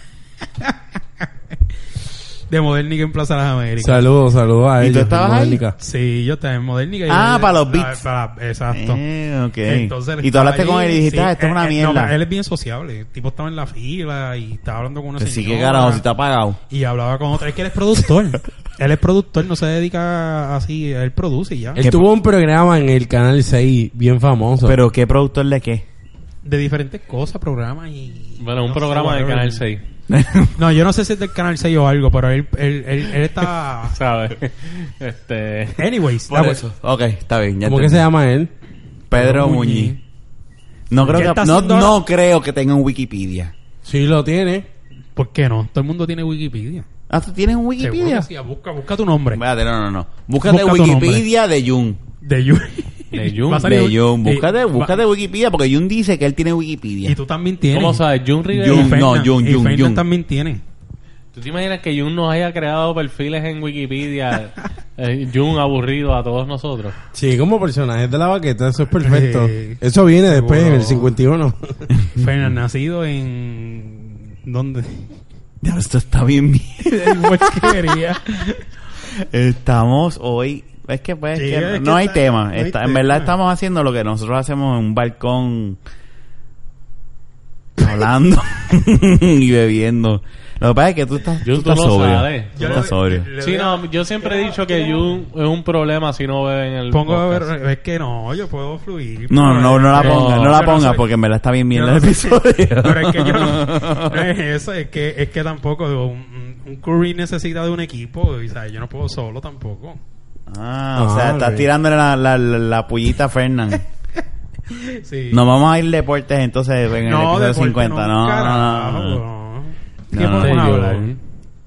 S3: de Modernica en Plaza de las Américas.
S4: saludos saludos a
S2: ¿Y tú
S4: ellos
S2: estabas ahí?
S4: Mónica.
S3: Sí, yo estaba en Modernica. y
S2: Ah,
S3: yo-
S2: para los beats.
S3: para- exacto.
S2: Eh, ok.
S3: Entonces, él
S2: y tú
S3: estaba
S2: hablaste con él
S3: allí,
S2: y dijiste,
S3: sí,
S2: ah, esto es
S3: eh,
S2: una
S3: eh, no,
S2: mierda.
S3: él es bien sociable. El tipo estaba en la fila y estaba hablando con una
S2: Que Pues sí, que
S3: señora
S2: carajo, si está apagado.
S3: Y hablaba con otra. Es que él es productor. *laughs* él es productor, no se dedica así. Él produce y ya.
S4: Él tuvo un programa en el canal 6 bien famoso.
S2: Pero qué productor de qué?
S3: De diferentes cosas, programas y...
S5: Bueno, un
S3: no sé,
S5: programa de
S3: whatever.
S5: Canal 6.
S3: No, yo no sé si es del Canal 6 o algo, pero él, él, él, él
S5: *laughs*
S3: está...
S5: ¿Sabes? Este.
S3: Anyways. ah, pues,
S2: Por eso. *laughs* Ok, está bien. ya
S4: ¿Cómo que
S2: entendí.
S4: se llama él?
S2: Pedro
S3: Pedro Muñiz.
S2: Muñiz. No
S3: ¿Qué
S2: creo, que,
S3: está
S2: no,
S3: haciendo
S2: no creo que tenga un Wikipedia.
S4: Sí, lo tiene.
S3: ¿Por qué no? Todo el mundo tiene Wikipedia.
S2: Ah, ¿tú tienes un
S3: Seguro que
S2: Wikipedia?
S3: sí, busca, busca tu nombre.
S2: Espérate, no, no, no. Búscate
S3: Busca tu
S2: Wikipedia de Jun.
S3: De Jun.
S5: De Jun.
S3: Va a salir-
S2: De Jun.
S3: y-
S2: Búscate,
S3: va-
S2: búscate Wikipedia porque Jun dice que él tiene
S3: Y
S2: Wikipedia.
S3: tú también tienes.
S5: ¿Cómo sabes? Jun Rivera.
S2: Jun.
S3: Y Fernan-
S2: no, Jun,
S3: y
S2: Jun,
S3: Fernan
S2: Jun. *laughs*
S3: también tiene.
S5: ¿Tú te imaginas que Jun nos haya creado perfiles en Wikipedia? *laughs* Eh, Jun aburrido a todos nosotros.
S4: Sí, como personajes de la baqueta, eso es perfecto.
S3: Sí.
S4: Eso viene después, en
S3: Seguro.
S4: el 51.
S3: Fernan, nacido en...
S2: *laughs*
S3: ¿Dónde?
S2: Ya, Esto está bien. bien.
S3: en porquería.
S2: Estamos hoy. Es que, pues,
S3: Sí,
S2: que no,
S3: es que
S2: no hay
S3: está-
S2: tema.
S3: no hay
S2: Está- en
S3: tema.
S2: verdad estamos haciendo lo que nosotros hacemos en un balcón. Hablando *laughs* y bebiendo. Lo que pasa es que tú estás, tú
S5: Jun, tú
S2: estás
S5: lo
S2: sobrio.
S5: sabes.
S2: Tú
S5: Yo
S2: estás sobrio.
S5: Sí, no, yo siempre he dicho que Jun es un problema si no bebe en el.
S3: Pongo a
S5: podcast.
S3: ver... Es que no, yo puedo fluir.
S2: No, no, no, no la
S5: Pero-
S2: ponga, no la
S3: pero
S2: ponga
S3: soy-
S2: porque en verdad está bien bien
S3: Yo
S2: el
S3: no sé si-
S2: episodio.
S3: *laughs* Pero es que yo no, no es eso, es que, es que tampoco un, un Curry necesita de un equipo, y, ¿sabes? yo no puedo solo tampoco.
S2: *laughs* Ah, o
S4: Ah,
S2: sea, estás
S4: ok.
S2: tirándole la, la, la, la pullita a Fernan.
S3: Sí.
S2: Nos vamos a ir deportes entonces en el episodio
S3: deporte
S2: 50. No, no, no, no, no.
S3: ¿Qué
S2: No, no,
S3: podemos
S5: Jun.
S3: hablar?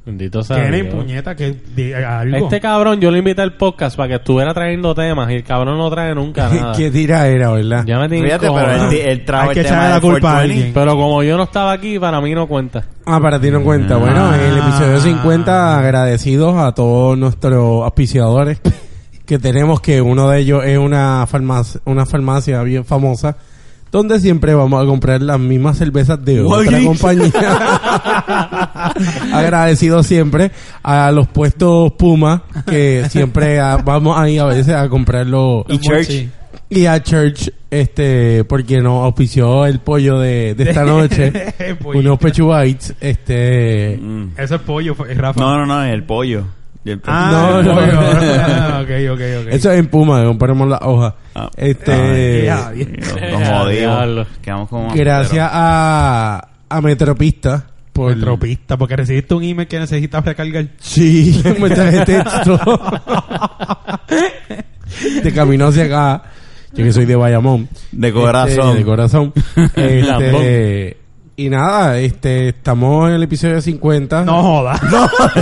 S5: Bendito sea.
S3: Tienen
S5: Dios.
S3: puñeta que diga algo.
S5: Este cabrón, yo lo invité al podcast para que estuviera trayendo temas y el cabrón no
S4: *laughs*
S5: trae nunca nada.
S4: ¿Qué tira era, verdad?
S5: Ya me tiene
S2: Fíjate, pero
S5: encojonado.
S2: él, él trajo
S3: Hay que
S2: el tema
S3: echarle
S2: de este
S3: la culpa a
S2: 420.
S3: alguien.
S5: Pero como yo no estaba aquí, para mí no cuenta.
S4: Ah, para ti no cuenta. Bueno, en el episodio 50 agradecidos a todos nuestros auspiciadores que tenemos, que uno de ellos es una farmacia, una farmacia bien famosa, donde siempre vamos a comprar las mismas cervezas de otra
S2: Walgreens. *laughs*
S4: compañía. agradecidos siempre a los puestos Puma, que siempre ah, vamos ahí a veces a comprarlo.
S2: Y Church.
S3: Sí.
S4: Y a Church, este, porque nos auspició el pollo de, de
S3: *laughs*
S4: esta noche.
S3: Pollo.
S4: unos pechubites, este.
S2: Mm.
S3: Eso es pollo, fue- Rafa.
S2: No, no, no, el pollo. Y el pollo.
S3: Ah,
S4: No,
S3: no,
S4: no.
S2: *laughs*
S3: ok, ok, ok.
S4: Eso es en Puma, compramos la hoja.
S2: Ah.
S4: Este.
S3: Ah, ya.
S2: Nos- nos
S3: *laughs*
S2: jodimos.
S5: Diablo.
S2: Quedamos como *laughs*
S4: gracias a, a Metropista por.
S3: Metropista, porque recibiste un email que necesitas recargar. *laughs*
S4: Sí, *laughs* un mensaje de texto. de camino hacia acá. Yo que soy de Bayamón.
S2: De
S4: Este,
S2: corazón.
S4: de
S3: *laughs*
S4: corazón. Este,
S5: Lambón.
S4: y nada, este, estamos en el episodio 50.
S3: *laughs* No jodas.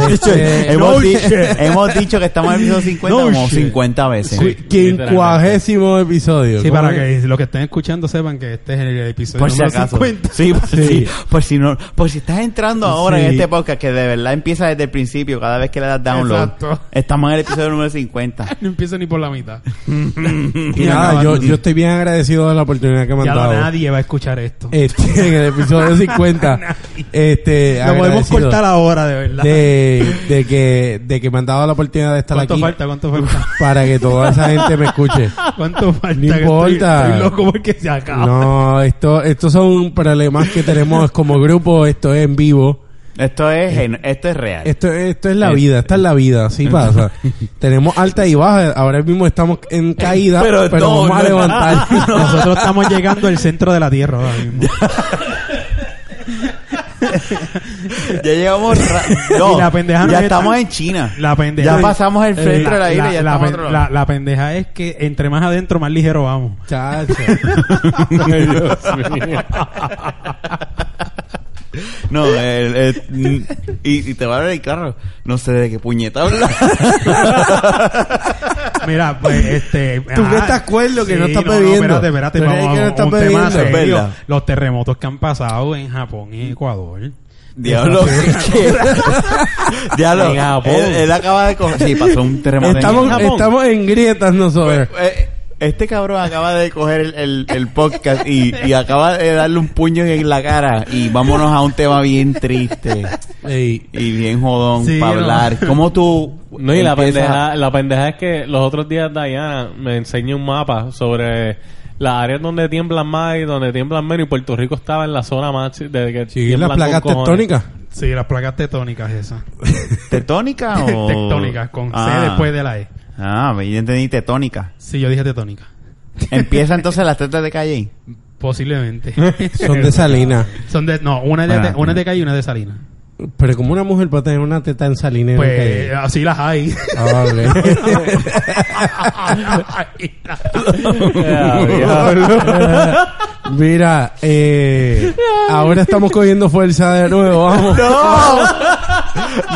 S4: Este,
S2: hemos,
S4: no
S2: di-
S4: shit.
S2: hemos dicho que estamos en el episodio 50
S3: No
S2: como
S3: shit.
S2: 50 veces.
S4: Qui- Quincuagésimo episodio.
S3: Sí,
S4: ¿Cómo
S3: para
S4: es?
S3: que los que estén escuchando sepan que este es el episodio
S2: Por si
S3: número
S2: acaso.
S3: 50.
S2: Sí, por,
S4: Sí.
S2: sí, por si no, por si estás entrando ahora en
S4: Sí.
S2: este podcast que de verdad empieza desde el principio, cada vez que le das download.
S3: Exacto.
S2: Estamos en el episodio número 50.
S3: *laughs* No empieza ni por la mitad.
S4: Y nada, yo, yo estoy bien agradecido de la oportunidad que me han
S3: Ya no,
S4: dado.
S3: nadie va a escuchar esto.
S4: Este, en el
S3: *laughs*
S4: episodio 50. este,
S3: Lo podemos
S4: agradecido
S3: cortar ahora, de verdad.
S4: De, de, que, de que me han dado la oportunidad de estar
S3: ¿Cuánto
S4: aquí
S3: falta? ¿Cuánto
S4: *laughs*
S3: falta?
S4: para que toda esa gente me escuche.
S3: ¿Cuánto falta?
S4: No
S3: Que estoy-
S4: importa.
S3: Estoy, loco porque se acaba.
S4: No, esto, estos son problemas que tenemos como grupo. Esto es en vivo.
S2: Esto es, gen- Eh. esto es real.
S4: Esto, esto es la
S3: Este.
S4: vida, esta es la vida, así pasa. Tenemos alta y baja, ahora mismo estamos en caída, pero,
S2: Pero no,
S4: vamos a
S2: no.
S4: levantar.
S3: *laughs* Nosotros estamos llegando al centro de la Tierra ahora mismo.
S2: *laughs* Ya llegamos. *laughs* ra-
S3: Y la pendeja no
S2: ya
S3: es
S2: estamos
S3: tan-
S2: en China.
S3: La pendeja.
S2: Ya pasamos el centro de eh, la isla y ya estamos
S3: pen-
S2: otro
S3: la,
S2: lado.
S3: la pendeja es que entre más adentro, más ligero vamos.
S4: *laughs* Chacho.
S2: *laughs*
S3: *laughs*
S2: No, el- el- mm, y, y te va a ver el carro. No sé de qué puñeta *laughs* habla.
S3: Mira,
S4: *laughs*
S3: pues este.
S4: ¿Tú qué estás cuerdo que no estás bebiendo?
S3: espérate, espérate.
S4: ¿Tú crees
S3: Vamos
S4: que no
S3: a
S4: estás
S3: un tema
S4: bebiendo?
S3: serio.
S2: Verdad.
S3: Los terremotos que han pasado en Japón y Ecuador.
S2: Diablo. Diablo.
S5: En Japón.
S2: Él, él acaba de coger. Sí, pasó un terremoto. en
S4: estamos,
S2: Japón.
S4: estamos en grietas nosotros.
S2: Eh, Este cabrón acaba de coger el, el- el podcast y, y acaba de darle un puño en la cara. Y vámonos a un tema bien triste
S4: Ey.
S2: y bien jodón
S3: Sí,
S2: para
S3: no.
S2: hablar. ¿Cómo tú.?
S5: No, y la
S2: empiezas-
S5: pendeja, la pendeja es que los otros días Diana me enseñó un mapa sobre las áreas donde tiemblan más y donde tiemblan menos. Y Puerto Rico estaba en la zona más chi- de que
S4: Sí, las
S5: tiemblan
S4: placas
S5: con cojones.
S4: tectónicas.
S3: Sí, las placas tectónicas esas.
S2: ¿Tectónica
S4: Oh.
S2: o.?
S3: Tectónicas, con C después de la E.
S2: Ah, yo entendí tectónica.
S3: Sí, yo dije tectónica.
S2: Empieza entonces las tetas de calle.
S3: Posiblemente.
S4: *laughs* Son de Salina.
S3: *laughs* Son de, no, una es de,
S2: Bueno,
S3: una es de calle y una es de Salinas.
S4: Pero como una mujer puede tener una teta en Salina y no
S3: Pues
S4: en
S3: así las hay.
S4: *laughs*
S3: *laughs*
S4: calle? Ah, ok. Mira, eh, ahora estamos cogiendo fuerza de nuevo. Vamos.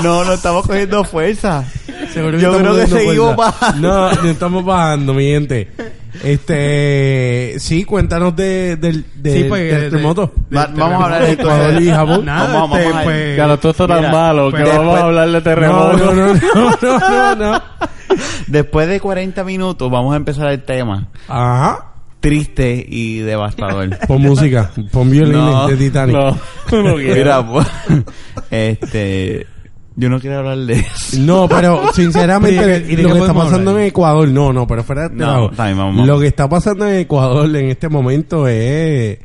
S2: No, no estamos cogiendo fuerza.
S4: Seguro
S2: Yo
S4: estamos
S2: creo que
S4: dando
S2: seguimos
S4: vuelta.
S2: bajando.
S4: No, no *laughs* estamos bajando, mi gente. Este, sí, cuéntanos de, del, de-
S3: Sí, pues,
S4: del
S3: de-
S4: terremoto.
S2: Va- vamos a hablar de
S4: Ecuador y Japón.
S3: Nada,
S2: Vamos, vamos
S3: este,
S2: a-
S3: pues,
S5: Ya lo todo está tan
S2: Mira,
S5: malo que
S3: pero
S5: vamos
S2: después-
S5: a hablar de
S4: No,
S5: terremoto.
S4: no, no, no, no, no, no.
S2: Después de 40 minutos vamos a empezar el tema.
S4: Ajá.
S2: Triste y devastador.
S4: Pon música, pon violines
S2: No,
S4: de Titanic. No.
S5: No, no
S2: *laughs*
S5: quiero.
S2: Mira, pues, este... Yo no quiero hablar de eso.
S4: pero sinceramente
S3: ¿De qué- de
S4: lo
S3: qué
S4: que está
S3: podemos
S4: pasando
S3: hablar?
S4: en Ecuador, no, no, pero fuera de
S2: No,
S4: trabajo.
S2: está bien, vamos, vamos.
S4: Lo que está pasando en Ecuador en este momento es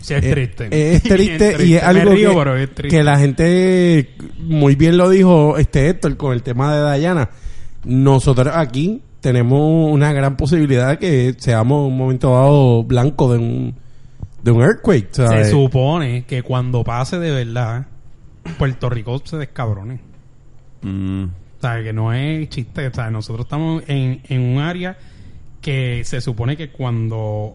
S3: sí, es
S4: Eh,
S3: triste.
S4: eh,
S3: *laughs*
S4: Es, triste,
S3: Bien
S4: y es
S3: Me
S4: algo
S3: río,
S4: que,
S3: pero es triste.
S4: que la gente muy bien lo dijo este Héctor con el tema de Dayana. Nosotros aquí tenemos una gran posibilidad de que seamos un momento dado blanco de un de un earthquake,
S3: Se
S4: ¿sabes?
S3: supone que cuando pase de verdad, Puerto Rico se descabrone.
S2: Mm,
S3: O sea, que no es chiste. O sea, nosotros estamos en, en un área que se supone que cuando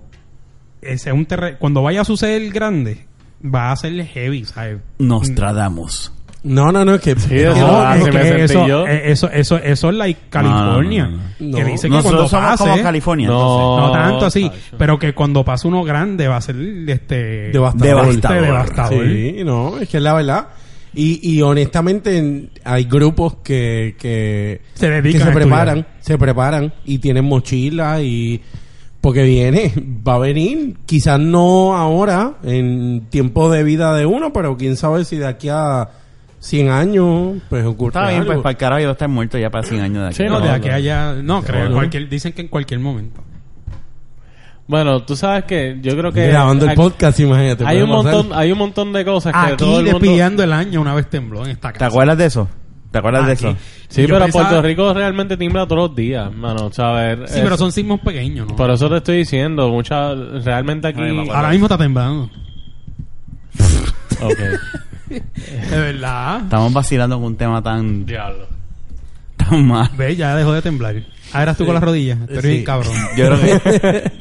S3: eh, sea un terre- cuando vaya a suceder grande, va a ser heavy, ¿sabes?
S2: Nostradamus.
S4: No, no, no, es que
S5: eso
S4: no,
S2: Ah,
S5: va,
S4: es
S5: se
S4: que-
S5: me sentí
S3: eso,
S5: yo.
S3: eh, eso, eso, eso es like California.
S2: No, no,
S4: Ah, no, no.
S3: Que
S4: No.
S3: dice que cuando
S2: Nosotros somos
S3: pase,
S2: como California. entonces.
S5: No,
S3: no tanto así,
S5: tacho.
S3: pero que cuando pase uno grande va a ser este
S4: Devastador.
S2: Devastador.
S3: devastador.
S4: Sí, no, es que es la verdad. Y, y honestamente en- hay grupos que, que
S3: Se
S4: que
S3: dedican
S4: se
S3: a
S4: preparan,
S3: estudiar.
S4: se preparan y tienen mochila y porque viene, va a venir, quizás no ahora en tiempo de vida de uno, pero quién sabe si de aquí a 100 años pues ocurre
S2: Está bien,
S4: algo.
S2: pues para el carajo yo voy a estar muerto ya para 100 años de aquí.
S5: Sí,
S3: No, de
S5: No,
S3: aquí
S5: no.
S3: a allá, no, creo,
S4: no.
S3: cualquier, dicen que en cualquier momento.
S5: Bueno, tú sabes que yo creo que...
S4: grabando el
S5: hay-
S4: podcast, imagínate.
S5: Hay
S4: puede
S5: un,
S4: pasar.
S5: montón, hay un montón de cosas que todo
S3: Aquí
S5: el mundo...
S3: despidiendo el año una vez tembló en esta
S2: ¿Te
S3: casa.
S2: acuerdas de eso? ¿Te acuerdas de
S3: Aquí.
S2: eso?
S3: *laughs*
S5: Sí,
S3: Yo
S5: pero
S3: pensaba-
S5: Puerto Rico realmente timbra todos los días, mano. ¿sabes?
S3: Sí, pero son sismos pequeños, ¿no?
S5: Por eso te estoy diciendo, mucha... Realmente aquí...
S2: Ay, me acuerdo.
S3: Ahora mismo está
S5: *laughs*
S3: temblando.
S5: Ok.
S3: De verdad.
S2: Estamos vacilando con un tema tan,
S5: Diablo.
S2: tan mal.
S3: Ve, ya dejó de temblar. Ah, eras tú con las rodillas. Pero
S4: Sí.
S3: bien
S5: *laughs*
S3: cabrón.
S2: Yo creo que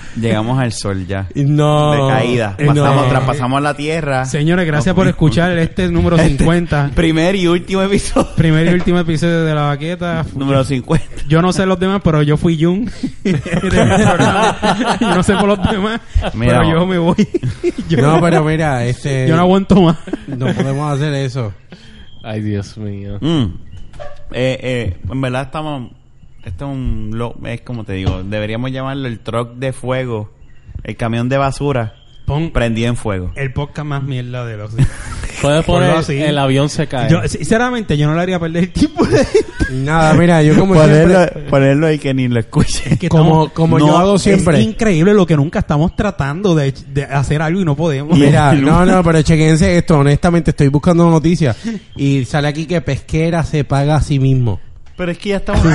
S2: *laughs* llegamos al sol ya.
S4: no,
S2: De caída.
S4: eh, no.
S2: Pasamos, traspasamos la tierra.
S3: Señores,
S2: No,
S3: gracias
S5: pues.
S3: por escuchar este número 50.
S2: *laughs* Primer y último episodio. *laughs*
S3: Primer y último episodio de La Baqueta.
S2: Número 50.
S3: Yo no sé los demás, pero yo fui *laughs* Jun. yo no sé por los demás,
S2: Mira,
S3: pero yo me voy. yo,
S4: No, pero mira, este
S3: *laughs* yo no aguanto más.
S4: no podemos hacer eso.
S5: Ay,
S3: *laughs*
S5: Dios mío.
S2: Mm. Eh, eh, en verdad estamos... Esto es un... lo- es como te digo, deberíamos llamarlo el truck de fuego. El camión de basura
S3: Pon
S2: prendido en fuego.
S3: el podcast más mierda de los...
S5: Puedes
S3: Ponlo
S5: poner
S3: así.
S5: el avión se cae. Ah,
S3: Yo, sinceramente, yo no le haría perder el tiempo de
S4: Nada, mira, yo como siempre,
S2: Ponerlo, ponerlo y que ni lo escuche.
S3: que
S4: como
S3: estamos-
S4: como yo
S2: no,
S4: hago siempre.
S3: Es increíble lo que nunca estamos tratando de, de hacer algo y no podemos.
S4: Mira, no, no, pero chequense esto. Honestamente, estoy buscando noticias. Y sale aquí que Pesquera se paga a sí mismo.
S2: Pero es que ya estamos...
S4: Su
S2: *laughs*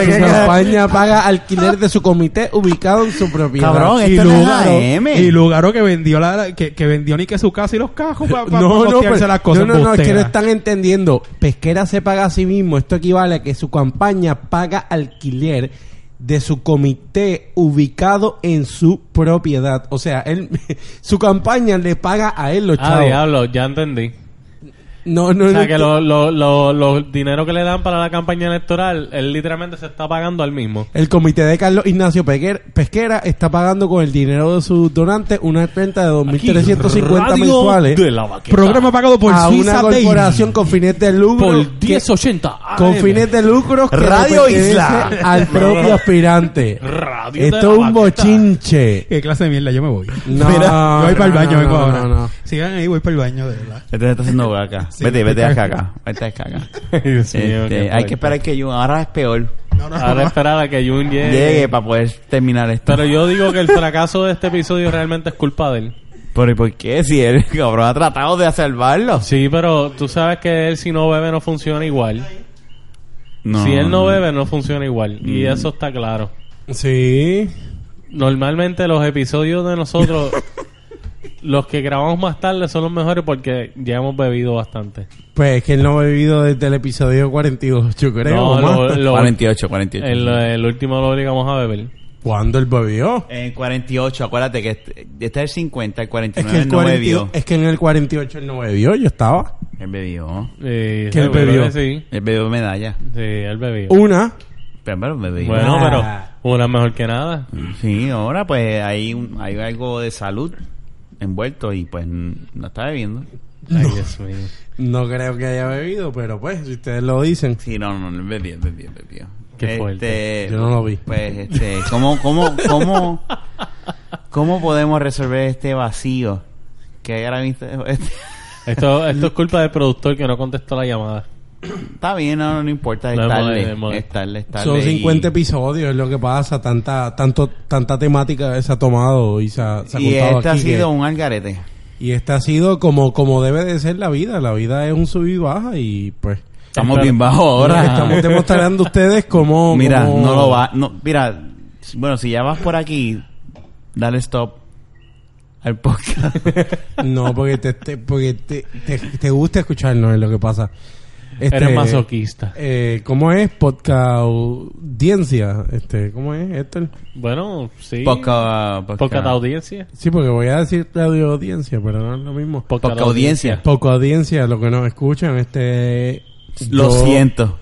S4: campaña paga alquiler de su comité ubicado en su propiedad.
S2: Cabrón,
S3: y
S2: esto no es
S3: Lugaro,
S2: AM.
S3: y Lugaro que vendió la que, que vendió ni que su casa y los cajos para *laughs*
S4: no,
S3: pa, pa
S4: no,
S5: pues,
S3: costearse
S4: pero-
S3: las cosas
S4: no, no, no, es que no
S3: embusteras.
S4: están entendiendo. Pesquera se paga a sí mismo. Esto equivale a que su campaña paga alquiler de su comité ubicado en su propiedad. O sea, él, *laughs* su campaña le paga a él los
S5: Ah,
S4: chavos.
S5: diablo, ya entendí.
S4: no, no,
S5: O sea,
S4: no,
S5: que lo- lo- lo- los dineros que le dan para la campaña electoral, él literalmente se está pagando al mismo.
S4: El comité de Carlos Ignacio Peguer- Pesquera está pagando con el dinero de sus donantes una renta de 2.350 mensuales
S3: Programa pagado por
S4: a una
S3: Suiza Day.
S4: corporación con fines de lucro que-
S5: 1080
S4: con fines de lucro que
S2: Radio
S4: le pertenece
S2: Isla.
S4: al propio aspirante.
S5: Radio
S4: Esto
S5: de la
S4: es un
S5: Baqueta. *laughs*
S4: bochinche.
S3: Qué clase de mierda, yo me voy.
S4: No,
S3: *laughs* Mira, yo voy para el
S4: no,
S3: baño,
S4: no,
S3: vengo
S4: no,
S3: ahora.
S4: no, no.
S3: Sigan ahí, voy para el baño, de verdad.
S2: Este se está haciendo caca.
S3: Sí,
S2: vete,
S3: me
S2: vete a
S3: estoy
S2: caca. Vete a caca.
S5: Dios mío,
S2: Este,
S5: qué
S2: hay
S5: fuerte.
S2: que esperar que Jun, ahora es peor,
S3: No, no,
S5: Ahora esperar a que Jun llegue.
S2: llegue para poder terminar esto.
S5: Pero yo digo que el fracaso de este episodio realmente es culpa de él.
S2: Pero ¿y por qué? Si el *laughs* cabrón ha tratado de salvarlo.
S5: Sí, pero tú sabes que él si no bebe no funciona igual.
S2: No.
S5: Si él no bebe no funciona igual. Y eso está claro.
S4: Sí.
S5: Normalmente los episodios de nosotros los que grabamos más tarde son los mejores porque ya hemos bebido bastante.
S4: Pues es que él no ha bebido desde el episodio 48, creo.
S5: No,
S4: o más.
S5: lo- lo-
S7: 48, 48.
S5: el, el último lo obligamos a beber.
S4: ¿Cuándo él bebió?
S2: En 48, acuérdate que este, este es el 50, el
S4: Es
S2: 49
S4: que, el
S2: no
S4: 40
S2: bebió.
S4: es que en el 48 él no bebió, yo estaba.
S2: Él bebió.
S5: Eh,
S4: ¿Qué él
S5: seguro
S4: bebió? Uh,
S5: que Sí,
S2: Él bebió medalla.
S5: sí, él bebió.
S4: Una,
S2: Pero, pero bebió.
S5: bueno,
S4: Ah.
S5: pero una mejor que nada.
S2: Sí, ahora pues hay, un- hay algo de salud envuelto y pues no está bebiendo.
S5: Ay, Dios mío.
S4: no creo que haya bebido, pero pues, si ustedes lo dicen,
S2: Sí, no, no, no, bebió, bebió, bebió.
S5: Qué fuerte.
S4: yo no lo vi.
S2: Pues, este, ¿cómo, cómo, cómo, cómo podemos resolver este vacío que hay ahora mismo? Este-
S5: Esto, esto es culpa del productor que no contestó la llamada.
S2: está bien, no, no importa, es
S5: No es molesto,
S2: tarde,
S5: es molesto.
S2: es tarde, es tarde
S4: Son
S2: y-
S4: 50 episodios, es lo que pasa, tanta tanto tanta temática se ha tomado y se ha, se ha
S2: Y
S4: juntado
S2: este ha
S4: aquí que-
S2: sido un algarete.
S4: y esta ha sido como como debe de ser la vida, la vida es un sub y baja y pues
S7: Estamos bien bajos ahora.
S2: *laughs*
S4: estamos demostrando a ustedes cómo
S2: Mira,
S4: cómo-
S2: no lo va. No, mira, si- bueno, si ya vas por aquí, dale stop al podcast.
S4: No, porque te, te- porque te, te, te gusta escucharnos es lo que pasa. Este,
S5: Eres masoquista.
S4: Eh, ¿Cómo es? Podcast audiencia. Este, ¿Cómo es, Héctor?
S5: Bueno, sí.
S2: Poca, poca,
S5: Poca audiencia.
S4: Sí, porque voy a decir radio audiencia, pero no es lo mismo.
S5: Poca
S2: poca audiencia.
S4: Poco audiencia, lo que nos escuchan, este...
S2: Lo
S4: yo-
S2: siento.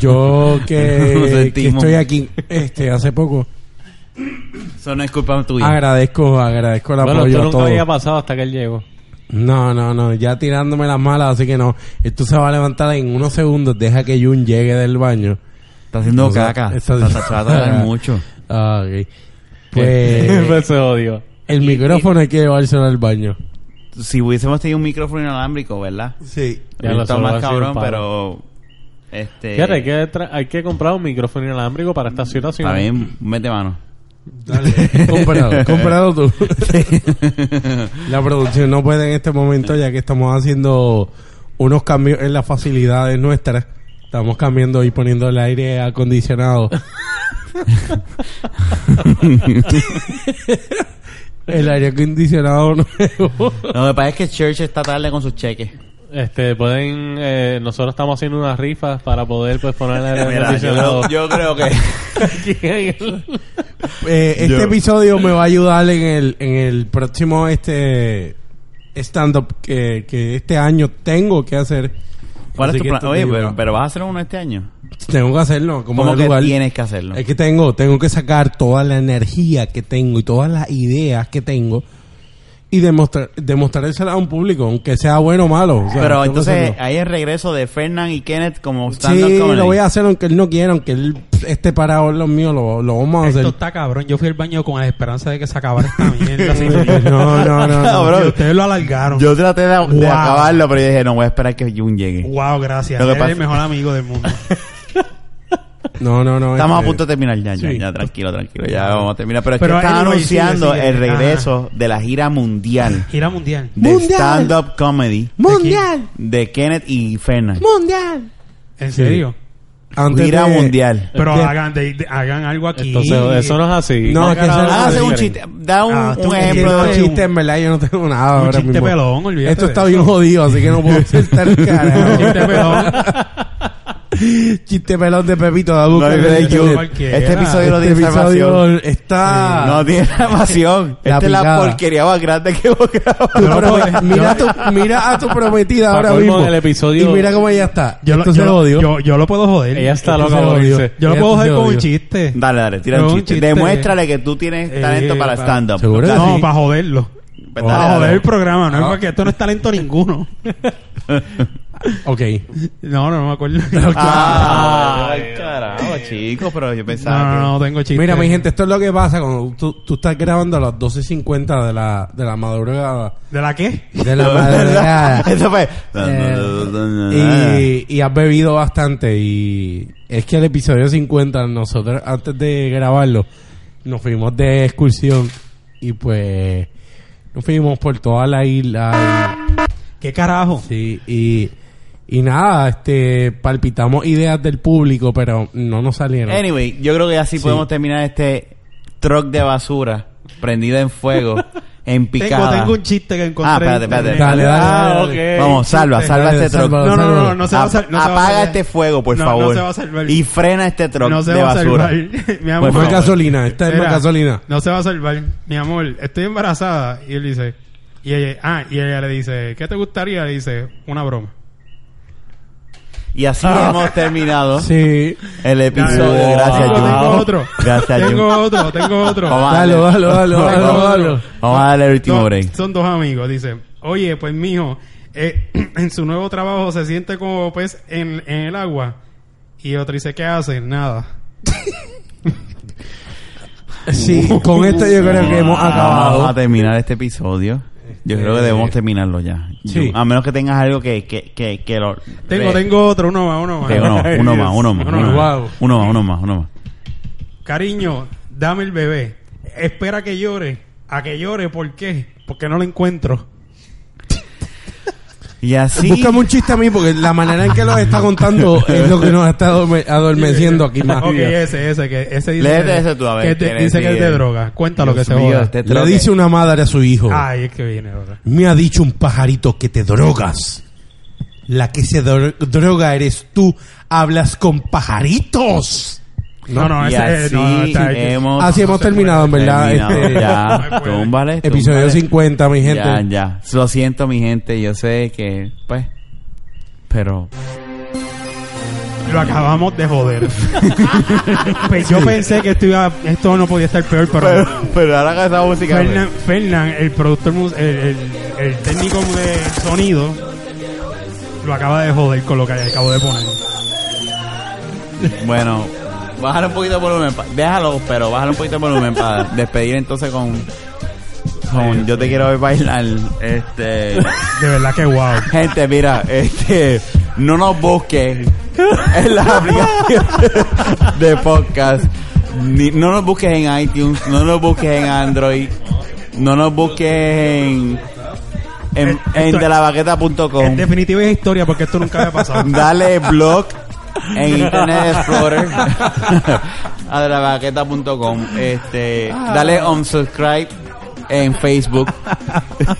S4: Yo
S2: *laughs* Lo
S4: que, que
S2: sentimos.
S4: estoy aquí este hace poco,
S2: Eso no es culpa tuya.
S4: Ah, agradezco, agradezco el
S5: Bueno,
S4: apoyo
S5: esto
S4: a
S5: nunca
S4: todos.
S5: había pasado hasta que él llegó.
S4: No, no, no, ya tirándome las malas, así que no. Esto se va a levantar en unos segundos, deja que Jun llegue del baño.
S2: está haciendo
S4: O sea,
S2: caca.
S4: está-
S2: Está, está, se va a tardar mucho.
S4: Ah, ok.
S5: *laughs*
S2: Eh,
S4: Pues
S5: Pues se odió.
S4: el micrófono hay que llevárselo al baño.
S2: Si hubiésemos tenido un micrófono inalámbrico, ¿verdad?
S4: Sí.
S5: Ya
S2: Hubiera
S5: lo
S2: estado
S5: sé,
S2: más
S5: va a ser
S2: cabrón,
S5: un palo.
S2: pero. Este.
S5: Fíjate, hay que, tra- hay que comprar un micrófono inalámbrico para esta situación.
S2: Está bien, mete mano. *laughs*
S4: Dale, cómpralo, *laughs* cómpralo tú. la producción no puede en este momento ya que estamos haciendo unos cambios en las facilidades nuestras. Estamos cambiando y poniendo el
S2: *laughs*
S4: aire acondicionado. el aire acondicionado *laughs* nuevo.
S2: Lo que pasa es que Church está tarde con sus cheques.
S5: Este, pueden, eh, nosotros estamos haciendo unas rifas para poder pues
S2: *laughs*
S5: poner el aire
S2: Mira, yo,
S5: acondicionado.
S2: yo creo que.
S4: Eh, este episodio me va a ayudar en el, en el próximo este stand-up que, que este año tengo que hacer.
S2: *laughs* ¿Cuál
S4: Así
S2: es tu
S4: que
S2: plan?
S4: esto te
S2: Oye,
S4: ayuda.
S2: pero, pero vas a hacer uno este año.
S4: Tengo que hacerlo. Como
S2: ¿Cómo
S4: de
S2: que
S4: lugar.
S2: tienes que hacerlo?
S4: Es que tengo, tengo que sacar toda la energía que tengo y todas las ideas que tengo y demostrar, demostrársela a un público, aunque sea bueno o malo. O sea, tengo
S2: Pero
S4: que
S2: entonces
S4: hacerlo.
S2: ahí el regreso de Fernand y Kenneth como stand-up
S4: Sí,
S2: comedy.
S4: lo voy a hacer aunque él no quiera, aunque él pff, esté parado en los míos, lo, lo vamos a
S3: Esto
S4: hacer.
S3: está cabrón. Yo fui al baño con la esperanza de que se
S4: *laughs*
S3: acabara esta mierda. así que-
S4: Pues, No,
S2: *laughs*
S4: no, no. no.
S2: Cabrón.
S3: Y ustedes lo alargaron.
S2: Yo traté de, de
S3: Wow.
S2: acabarlo, pero yo dije, no, voy a esperar que Jun llegue.
S3: Wow, gracias.
S2: Lo que
S3: Eres
S2: pasa-
S3: el mejor amigo
S2: *laughs*
S3: del mundo.
S4: No, no, no.
S2: Estamos a
S4: este-
S2: punto de terminar ya, ya,
S4: Sí.
S2: ya, tranquilo, tranquilo, ya vamos a terminar. Pero es
S3: Pero
S2: que están
S3: ahí lo- ahí sigue,
S2: anunciando
S3: sigue.
S2: el regreso de la gira mundial
S3: Gira mundial.
S2: de
S4: Mundial.
S2: stand-up comedy
S4: Mundial,
S2: de Kenneth y Fernan.
S4: mundial.
S3: ¿En serio?
S4: Antes
S2: Gira
S4: de-
S2: mundial.
S3: Pero
S4: De-
S3: hagan, de- de- hagan algo aquí.
S5: *laughs* Entonces,
S3: *laughs*
S5: eso no es así.
S4: No, es que eso no es
S2: Ah,
S4: Ah,
S2: hace un
S5: diferente.
S2: chiste, da un,
S3: Ah, tú
S2: un
S3: que
S2: ejemplo
S4: Quiero
S2: de
S3: tienes-
S2: un
S4: chiste, en verdad yo no tengo nada
S3: Un
S4: ahora
S3: chiste
S4: mismo.
S3: pelón, olvídate
S4: Esto
S3: de
S4: está
S3: eso.
S4: bien jodido, así que no puedo *laughs* insertar
S3: *laughs*
S4: el carajo. *laughs*
S3: Chiste pelón.
S4: Chiste pelón de Pepito de
S2: No hay break,
S3: Yo
S2: Jun.
S3: cualquiera.
S2: Este episodio no
S4: Este
S2: tiene salvación.
S4: episodio está...
S2: No
S4: *laughs*
S2: tiene salvación.
S4: La
S2: Esta es la
S4: picada.
S2: porquería más grande que hemos grabado.
S4: Tu prome- mira, a tu, mira a tu prometida
S5: Pa'
S4: ahora
S5: colmo,
S4: mismo.
S5: el episodio-
S4: Y mira cómo ella está.
S3: Yo lo,
S4: Esto se
S3: yo,
S4: lo
S3: lo-
S4: odio.
S3: yo, yo lo puedo joder.
S5: Ella está
S4: Esto
S5: loca
S4: se
S5: por
S4: odio.
S5: irse.
S3: Yo lo
S4: Ella
S3: puedo
S4: se
S3: joder
S4: lo
S3: con un
S4: odio.
S3: chiste.
S2: Dale, dale, tira
S3: No,
S2: un
S3: un
S2: chiste.
S3: chiste.
S2: Demuéstrale que tú tienes
S3: Eh,
S2: talento para
S3: pa-
S2: stand-up.
S4: ¿Seguro?
S2: Dale,
S3: No,
S4: Sí.
S3: para joderlo.
S2: dale,
S3: para
S2: dale.
S3: joder el programa.
S2: Ah.
S3: No, es porque esto no es talento ninguno.
S2: *laughs*
S4: Ok.
S3: No, no, no
S4: *laughs*
S3: me acuerdo.
S2: Ah, ay,
S3: *laughs*
S2: carajo, chicos, pero yo pensaba
S3: No,
S2: que... *laughs*
S3: no, no tengo chiste.
S4: Mira, mi gente, esto es lo que pasa cuando tú, tú estás grabando a las 12.50 de la, de la madrugada.
S3: ¿De la qué?
S2: *laughs*
S4: De la madrugada.
S2: ¿Verdad? Eso fue...
S4: Eh,
S3: Eh,
S4: y, y has bebido bastante y es que el episodio 50 nosotros antes de grabarlo nos fuimos de excursión y pues nos fuimos por toda la isla
S3: ¿Qué carajo?
S4: y, sí, y, y nada, este palpitamos ideas del público pero no nos salieron.
S3: *laughs*
S2: Anyway, yo creo que así podemos terminar este truck de basura prendido en fuego En
S3: Tengo,
S2: picada.
S3: tengo un chiste que encontré.
S2: Ah, espérate, espérate.
S3: en
S4: Dale,
S3: internet.
S4: dale,
S3: Ah,
S4: dale,
S3: ok.
S4: dale.
S2: Vamos, salva, salva
S4: Dale,
S2: este truck.
S4: salva,
S3: No, no,
S4: salva.
S3: no, no se va a sal- no se va a
S2: Apaga
S3: salvar.
S2: este fuego, por
S3: No,
S2: favor.
S3: No se va a salvar.
S2: Y frena este truck
S3: no se
S2: de
S3: va a
S2: basura.
S3: salvar. *laughs* Mi amor.
S4: Pues más gasolina, esta es más
S3: Mira,
S4: gasolina.
S3: No se va a salvar. Mi amor, estoy embarazada. Y él dice. Y ella, ah, y ella le dice, ¿qué te gustaría? Le dice, una broma.
S2: Y así
S3: Ah.
S2: hemos terminado
S4: Sí.
S2: el episodio.
S5: Wow.
S2: Gracias,
S3: Tengo,
S2: Jun.
S3: tengo otro.
S2: Gracias,
S3: tengo
S2: Jun.
S3: otro, tengo
S4: *laughs*
S3: otro.
S2: Vamos a
S4: Dale,
S2: darle-
S4: dale, dale, dale,
S2: Vamos-
S4: dale.
S2: Vamos a darle el último
S3: Son-
S2: break.
S3: Son dos amigos, dice. Oye, pues mijo, eh, *clears throat* en su nuevo trabajo se siente como pez en, en el agua. Y otro dice, ¿qué hace? Nada.
S4: Sí, con esto yo creo que
S2: Vamos
S4: hemos
S2: a
S4: acabado.
S2: terminar este episodio. Yo creo que debemos terminarlo ya.
S4: Sí.
S2: Jun, A menos que tengas algo que, que, que, que lo...
S3: Tengo,
S2: re-
S3: tengo otro, uno más, uno más.
S2: que
S3: *laughs*
S2: uno, uno más, uno más.
S3: Uno
S2: Uno más,
S4: más.
S2: Wow. uno más, uno más. Uno más.
S3: Cariño, dame el bebé. Espera que llore. A que llore, ¿por qué? Porque no lo encuentro.
S2: Y así...
S4: Búscame un chiste a mí porque la manera en que los está contando es lo que nos está adorme- adormeciendo aquí más.
S3: Ok, ese, ese, que ese dice,
S2: Léete ese tú, a ver,
S3: que te-
S2: ¿quién es?
S3: dice que es de
S2: Sí, eh.
S3: droga. Cuéntalo
S2: Dios
S3: que se
S2: mío,
S3: joda.
S2: este
S4: Le
S2: truck-
S4: dice una madre a su hijo.
S3: Ay, es que viene ahora.
S4: Me ha dicho un pajarito que te drogas. La que se dro- droga eres tú. Hablas con pajaritos.
S3: No, no,
S2: Y
S3: ese
S2: así
S3: no, no, está-
S2: hemos...
S4: Así hemos terminado, en verdad.
S2: Terminado
S4: este,
S2: ya. *laughs*
S3: puede.
S2: Túmbale,
S4: *laughs* episodio
S2: túmbale.
S4: 50, mi gente.
S2: Ya, ya. Lo siento, mi gente. Yo sé que, pues. Pero.
S3: Lo acabamos de *laughs* joder. Pues yo pensé que esto, iba- esto no podía estar peor, pero...
S2: Pero ahora que esa música.
S3: Fernan, Fernan, el productor, mus- el, el, el técnico de sonido, lo acaba de joder con lo que acabo de poner.
S2: Bueno, bájale un poquito el volumen. pa- Déjalo, pero bájale un poquito el volumen para despedir entonces con. Con Yo te quiero ver bailar. Este.
S3: De verdad que wow.
S2: Gente, mira, este. No nos busques en las aplicaciones de podcast. Ni- no nos busques en iTunes. No nos busques en Android. No nos busques en. En, en
S3: En
S2: delabaqueta.com.
S3: definitiva es historia porque esto nunca había pasado.
S2: Dale blog *laughs* en Internet Explorer a delabaqueta.com. Este, dale unsubscribe en Facebook.
S3: *laughs*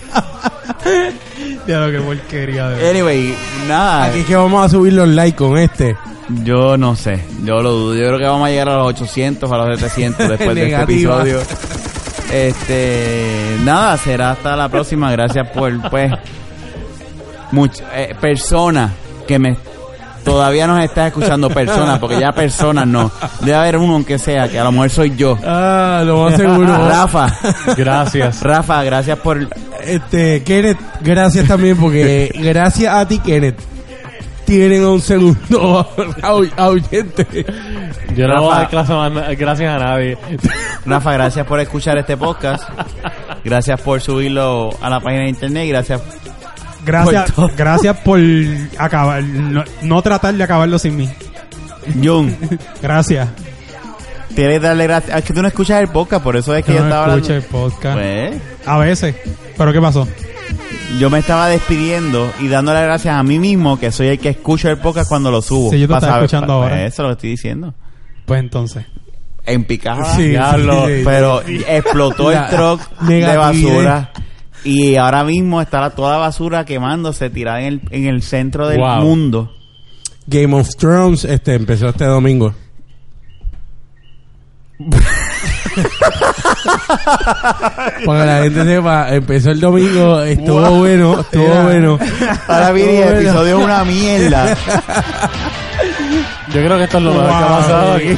S3: Ya lo que porquería de verdad.
S2: Anyway, nada.
S4: Aquí es que vamos a subir los likes con este.
S2: Yo no sé, yo lo dudo. Yo creo que vamos a llegar a los 800, a los 700 después de este
S4: *laughs* Negativa.
S2: episodio. Este, nada, será hasta la próxima. Gracias por, pues, much- eh, personas que me todavía nos está escuchando personas, porque ya personas no. Debe haber uno aunque sea, que a lo mejor soy yo.
S3: Eh,
S4: Ah, lo más
S3: *laughs*
S4: seguro.
S2: Rafa,
S5: Gracias.
S2: Rafa, gracias por
S4: este, Kenneth, gracias también porque gracias a ti, Kenneth. Tienen a un segundo *laughs* au- ahuyente.
S5: Yo no voy a dar
S2: Rafa.
S5: clase más- gracias a nadie.
S2: Rafa, gracias por escuchar este podcast. Gracias por subirlo a la página de internet y gracias
S3: Gracias, gracias por acabar, no, no tratar de acabarlo sin mí.
S2: Jun.
S3: Gracias.
S2: Tienes que darle gracias. Es que tú no escuchas el podcast, por eso es que
S3: Yo
S2: yo
S3: no
S2: estaba
S3: escucho el
S2: hablando.
S3: podcast.
S2: Pues,
S3: A veces. ¿Pero qué pasó?
S2: yo me estaba despidiendo y dándole gracias a mí mismo, que soy el que escucha el podcast cuando lo subo.
S3: Sí, yo te
S2: Pa'
S3: estaba
S2: saber-
S3: escuchando
S2: pa-
S3: ahora.
S2: pues, Eso lo estoy diciendo.
S3: Pues entonces.
S2: En picada.
S4: Sí,
S2: diablo.
S4: sí, sí.
S2: pero explotó el
S4: La-
S2: truck de
S4: negatividad.
S2: basura. Y ahora mismo está la- toda la basura quemándose, tirada en el, en el centro del
S5: Wow.
S2: mundo.
S4: Game of Thrones este empezó este domingo. *laughs* Para que la gente sepa, empezó el domingo, estuvo bueno, estuvo
S3: Era-
S4: bueno.
S2: Ahora viene el
S4: Bueno.
S2: episodio es una mierda.
S5: Yo creo que esto es lo mejor que ha
S3: Wow. eh.
S5: pasado
S3: *laughs*
S5: aquí.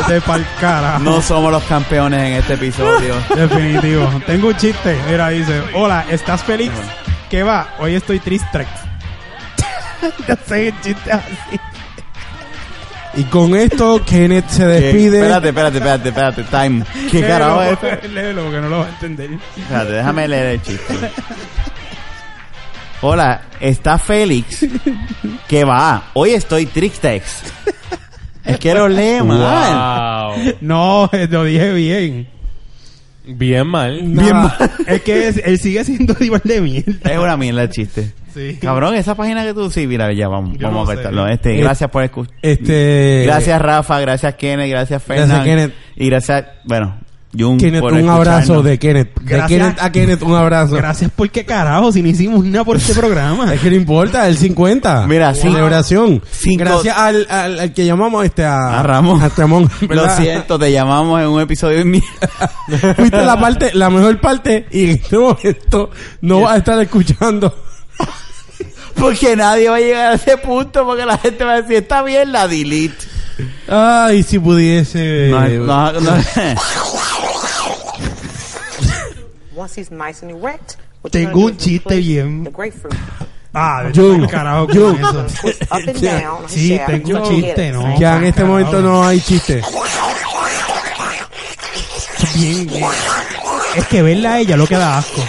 S3: Este es pa'l carajo.
S2: No somos los campeones en este episodio.
S3: Definitivo. Tengo un chiste. Mira, dice, hola, ¿estás feliz? ¿Qué va? Hoy estoy triste. *laughs* Ya sé el chiste así.
S4: Y con esto Kenneth se despide.
S2: Espérate, espérate, espérate, espérate. Time. ¿Qué carajo es esto?
S3: *laughs* Léelo, porque no lo va a entender.
S2: Espérate, déjame leer el chiste. Hola, está Félix. ¿Qué va? Hoy estoy Trixtex. Es que lo lee mal.
S5: Wow.
S3: No, eh, lo dije bien.
S5: Bien mal.
S4: Nada.
S3: Es que es- él sigue siendo *laughs* igual de mierda.
S2: Es una mierda el chiste.
S3: Sí.
S2: Cabrón, esa página que tú sí, mira, ya vamos,
S3: Yo
S2: vamos
S3: no
S2: a
S3: sé.
S2: cortarlo. Este,
S4: Eh,
S2: gracias por escuchar.
S4: Este
S2: Gracias Rafa, gracias Kenneth, gracias Fernando.
S4: Kenneth.
S2: Y gracias, bueno,
S7: Jun,
S4: Kenneth,
S7: por
S4: un
S7: escucharnos.
S4: abrazo de Kenneth.
S3: Gracias.
S4: De Kenneth a Kenneth, un abrazo.
S3: Gracias porque carajo, si no hicimos nada por este
S2: *laughs*
S3: programa.
S4: Es que no importa, el 50.
S2: Mira, sí.
S4: celebración.
S2: Cinco-
S4: Gracias al, al, al que llamamos este a,
S2: A Ramón.
S4: A
S2: *laughs*
S4: Ramón.
S2: Lo
S4: ¿verdad?
S2: siento, te llamamos en un episodio en mi-
S4: *laughs* Fuiste la parte, la mejor parte y en este momento no vas a estar escuchando.
S2: Porque nadie va a llegar a ese punto porque la gente va a decir, está bien la delete.
S4: Ay, si pudiese.
S2: No, no, no.
S8: Once he's nice and erect, what
S3: Tengo
S8: you're gonna do
S3: un
S8: is replace
S3: chiste bien-
S8: The grapefruit.
S3: Ah,
S4: Jun,
S3: el carajo con
S4: Jun.
S3: eso.
S8: Twist up and down. on
S3: *laughs*
S8: his
S3: Sí,
S8: shaft
S3: tengo un
S8: until you
S3: chiste,
S8: get it.
S3: ¿no?
S4: Ya
S8: Same time.
S4: en este
S3: Carajo.
S4: momento no hay chiste.
S3: Bien, bien. Es que verla a ella lo que da asco.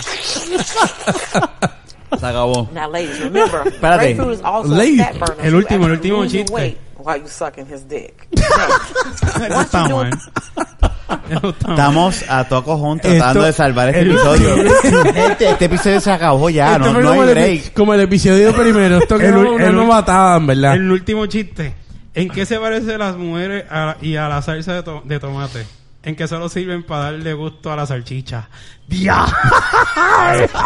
S2: Se acabó.
S8: Now, ladies, remember,
S2: Espérate.
S8: grapefruit is also
S4: Ladies,
S8: a fat burner.
S3: el
S8: so you
S3: último, el
S8: actually
S3: último
S8: lose your
S3: chiste.
S8: weight While you sucking his dick. Okay.
S3: Eso está mal. Eso está mal.
S2: Estamos a todo cojón tratando
S4: Esto-
S2: de salvar este
S4: el-
S2: episodio. Gente, este episodio se acabó ya,
S4: Esto
S2: no,
S4: Este fue
S2: no hay
S4: como, el,
S2: break.
S4: epi- como el episodio primero.
S3: *laughs*
S4: Esto que
S3: El-
S4: no, no
S3: el-
S4: nos mataban, ¿verdad?
S3: El último chiste. ¿En qué se parecen las mujeres a- y a la salsa de, to- de tomate? En que solo sirven para darle gusto a la salchicha. ¡Dia!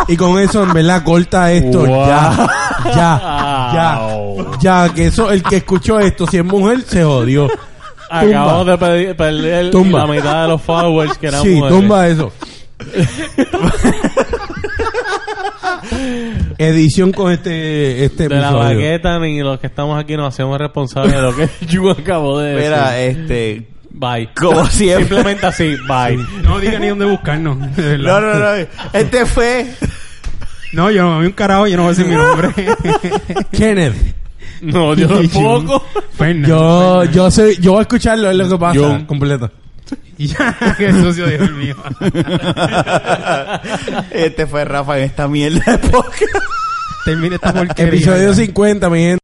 S4: Y con eso, en verdad, corta esto.
S5: Wow.
S4: Ya, ya, ya, ya. Que eso, el que escuchó esto, si es mujer, se jodió.
S5: Acabamos de pedir- perder
S4: Tumba.
S5: la mitad de los followers que eran
S4: Sí,
S5: mujeres.
S4: tumba
S5: *laughs*
S4: eso. Edición con este, este
S5: De la
S4: episodio.
S5: baqueta ni los que estamos aquí nos hacemos responsables de lo que *laughs* yo acabo de decir.
S2: Mira, este...
S5: bye. *laughs*
S2: Como siempre.
S5: Simplemente así, bye.
S3: No diga ni dónde buscarnos. de
S2: No,
S3: verdad.
S2: no, no. Este
S4: *laughs*
S2: fue...
S3: No, yo no me vi un carajo, yo no voy a decir mi nombre.
S4: Kenneth.
S5: No, yo tampoco.
S3: Fernan.
S4: Yo, yo sé, yo voy a escucharlo, es lo que pasa.
S5: Yo-
S4: Completo.
S3: Ya, *laughs* qué sucio dijo el mío.
S2: este fue Rafa en esta mierda de podcast.
S3: Termina esta porquería.
S4: Episodio 50, mi gente.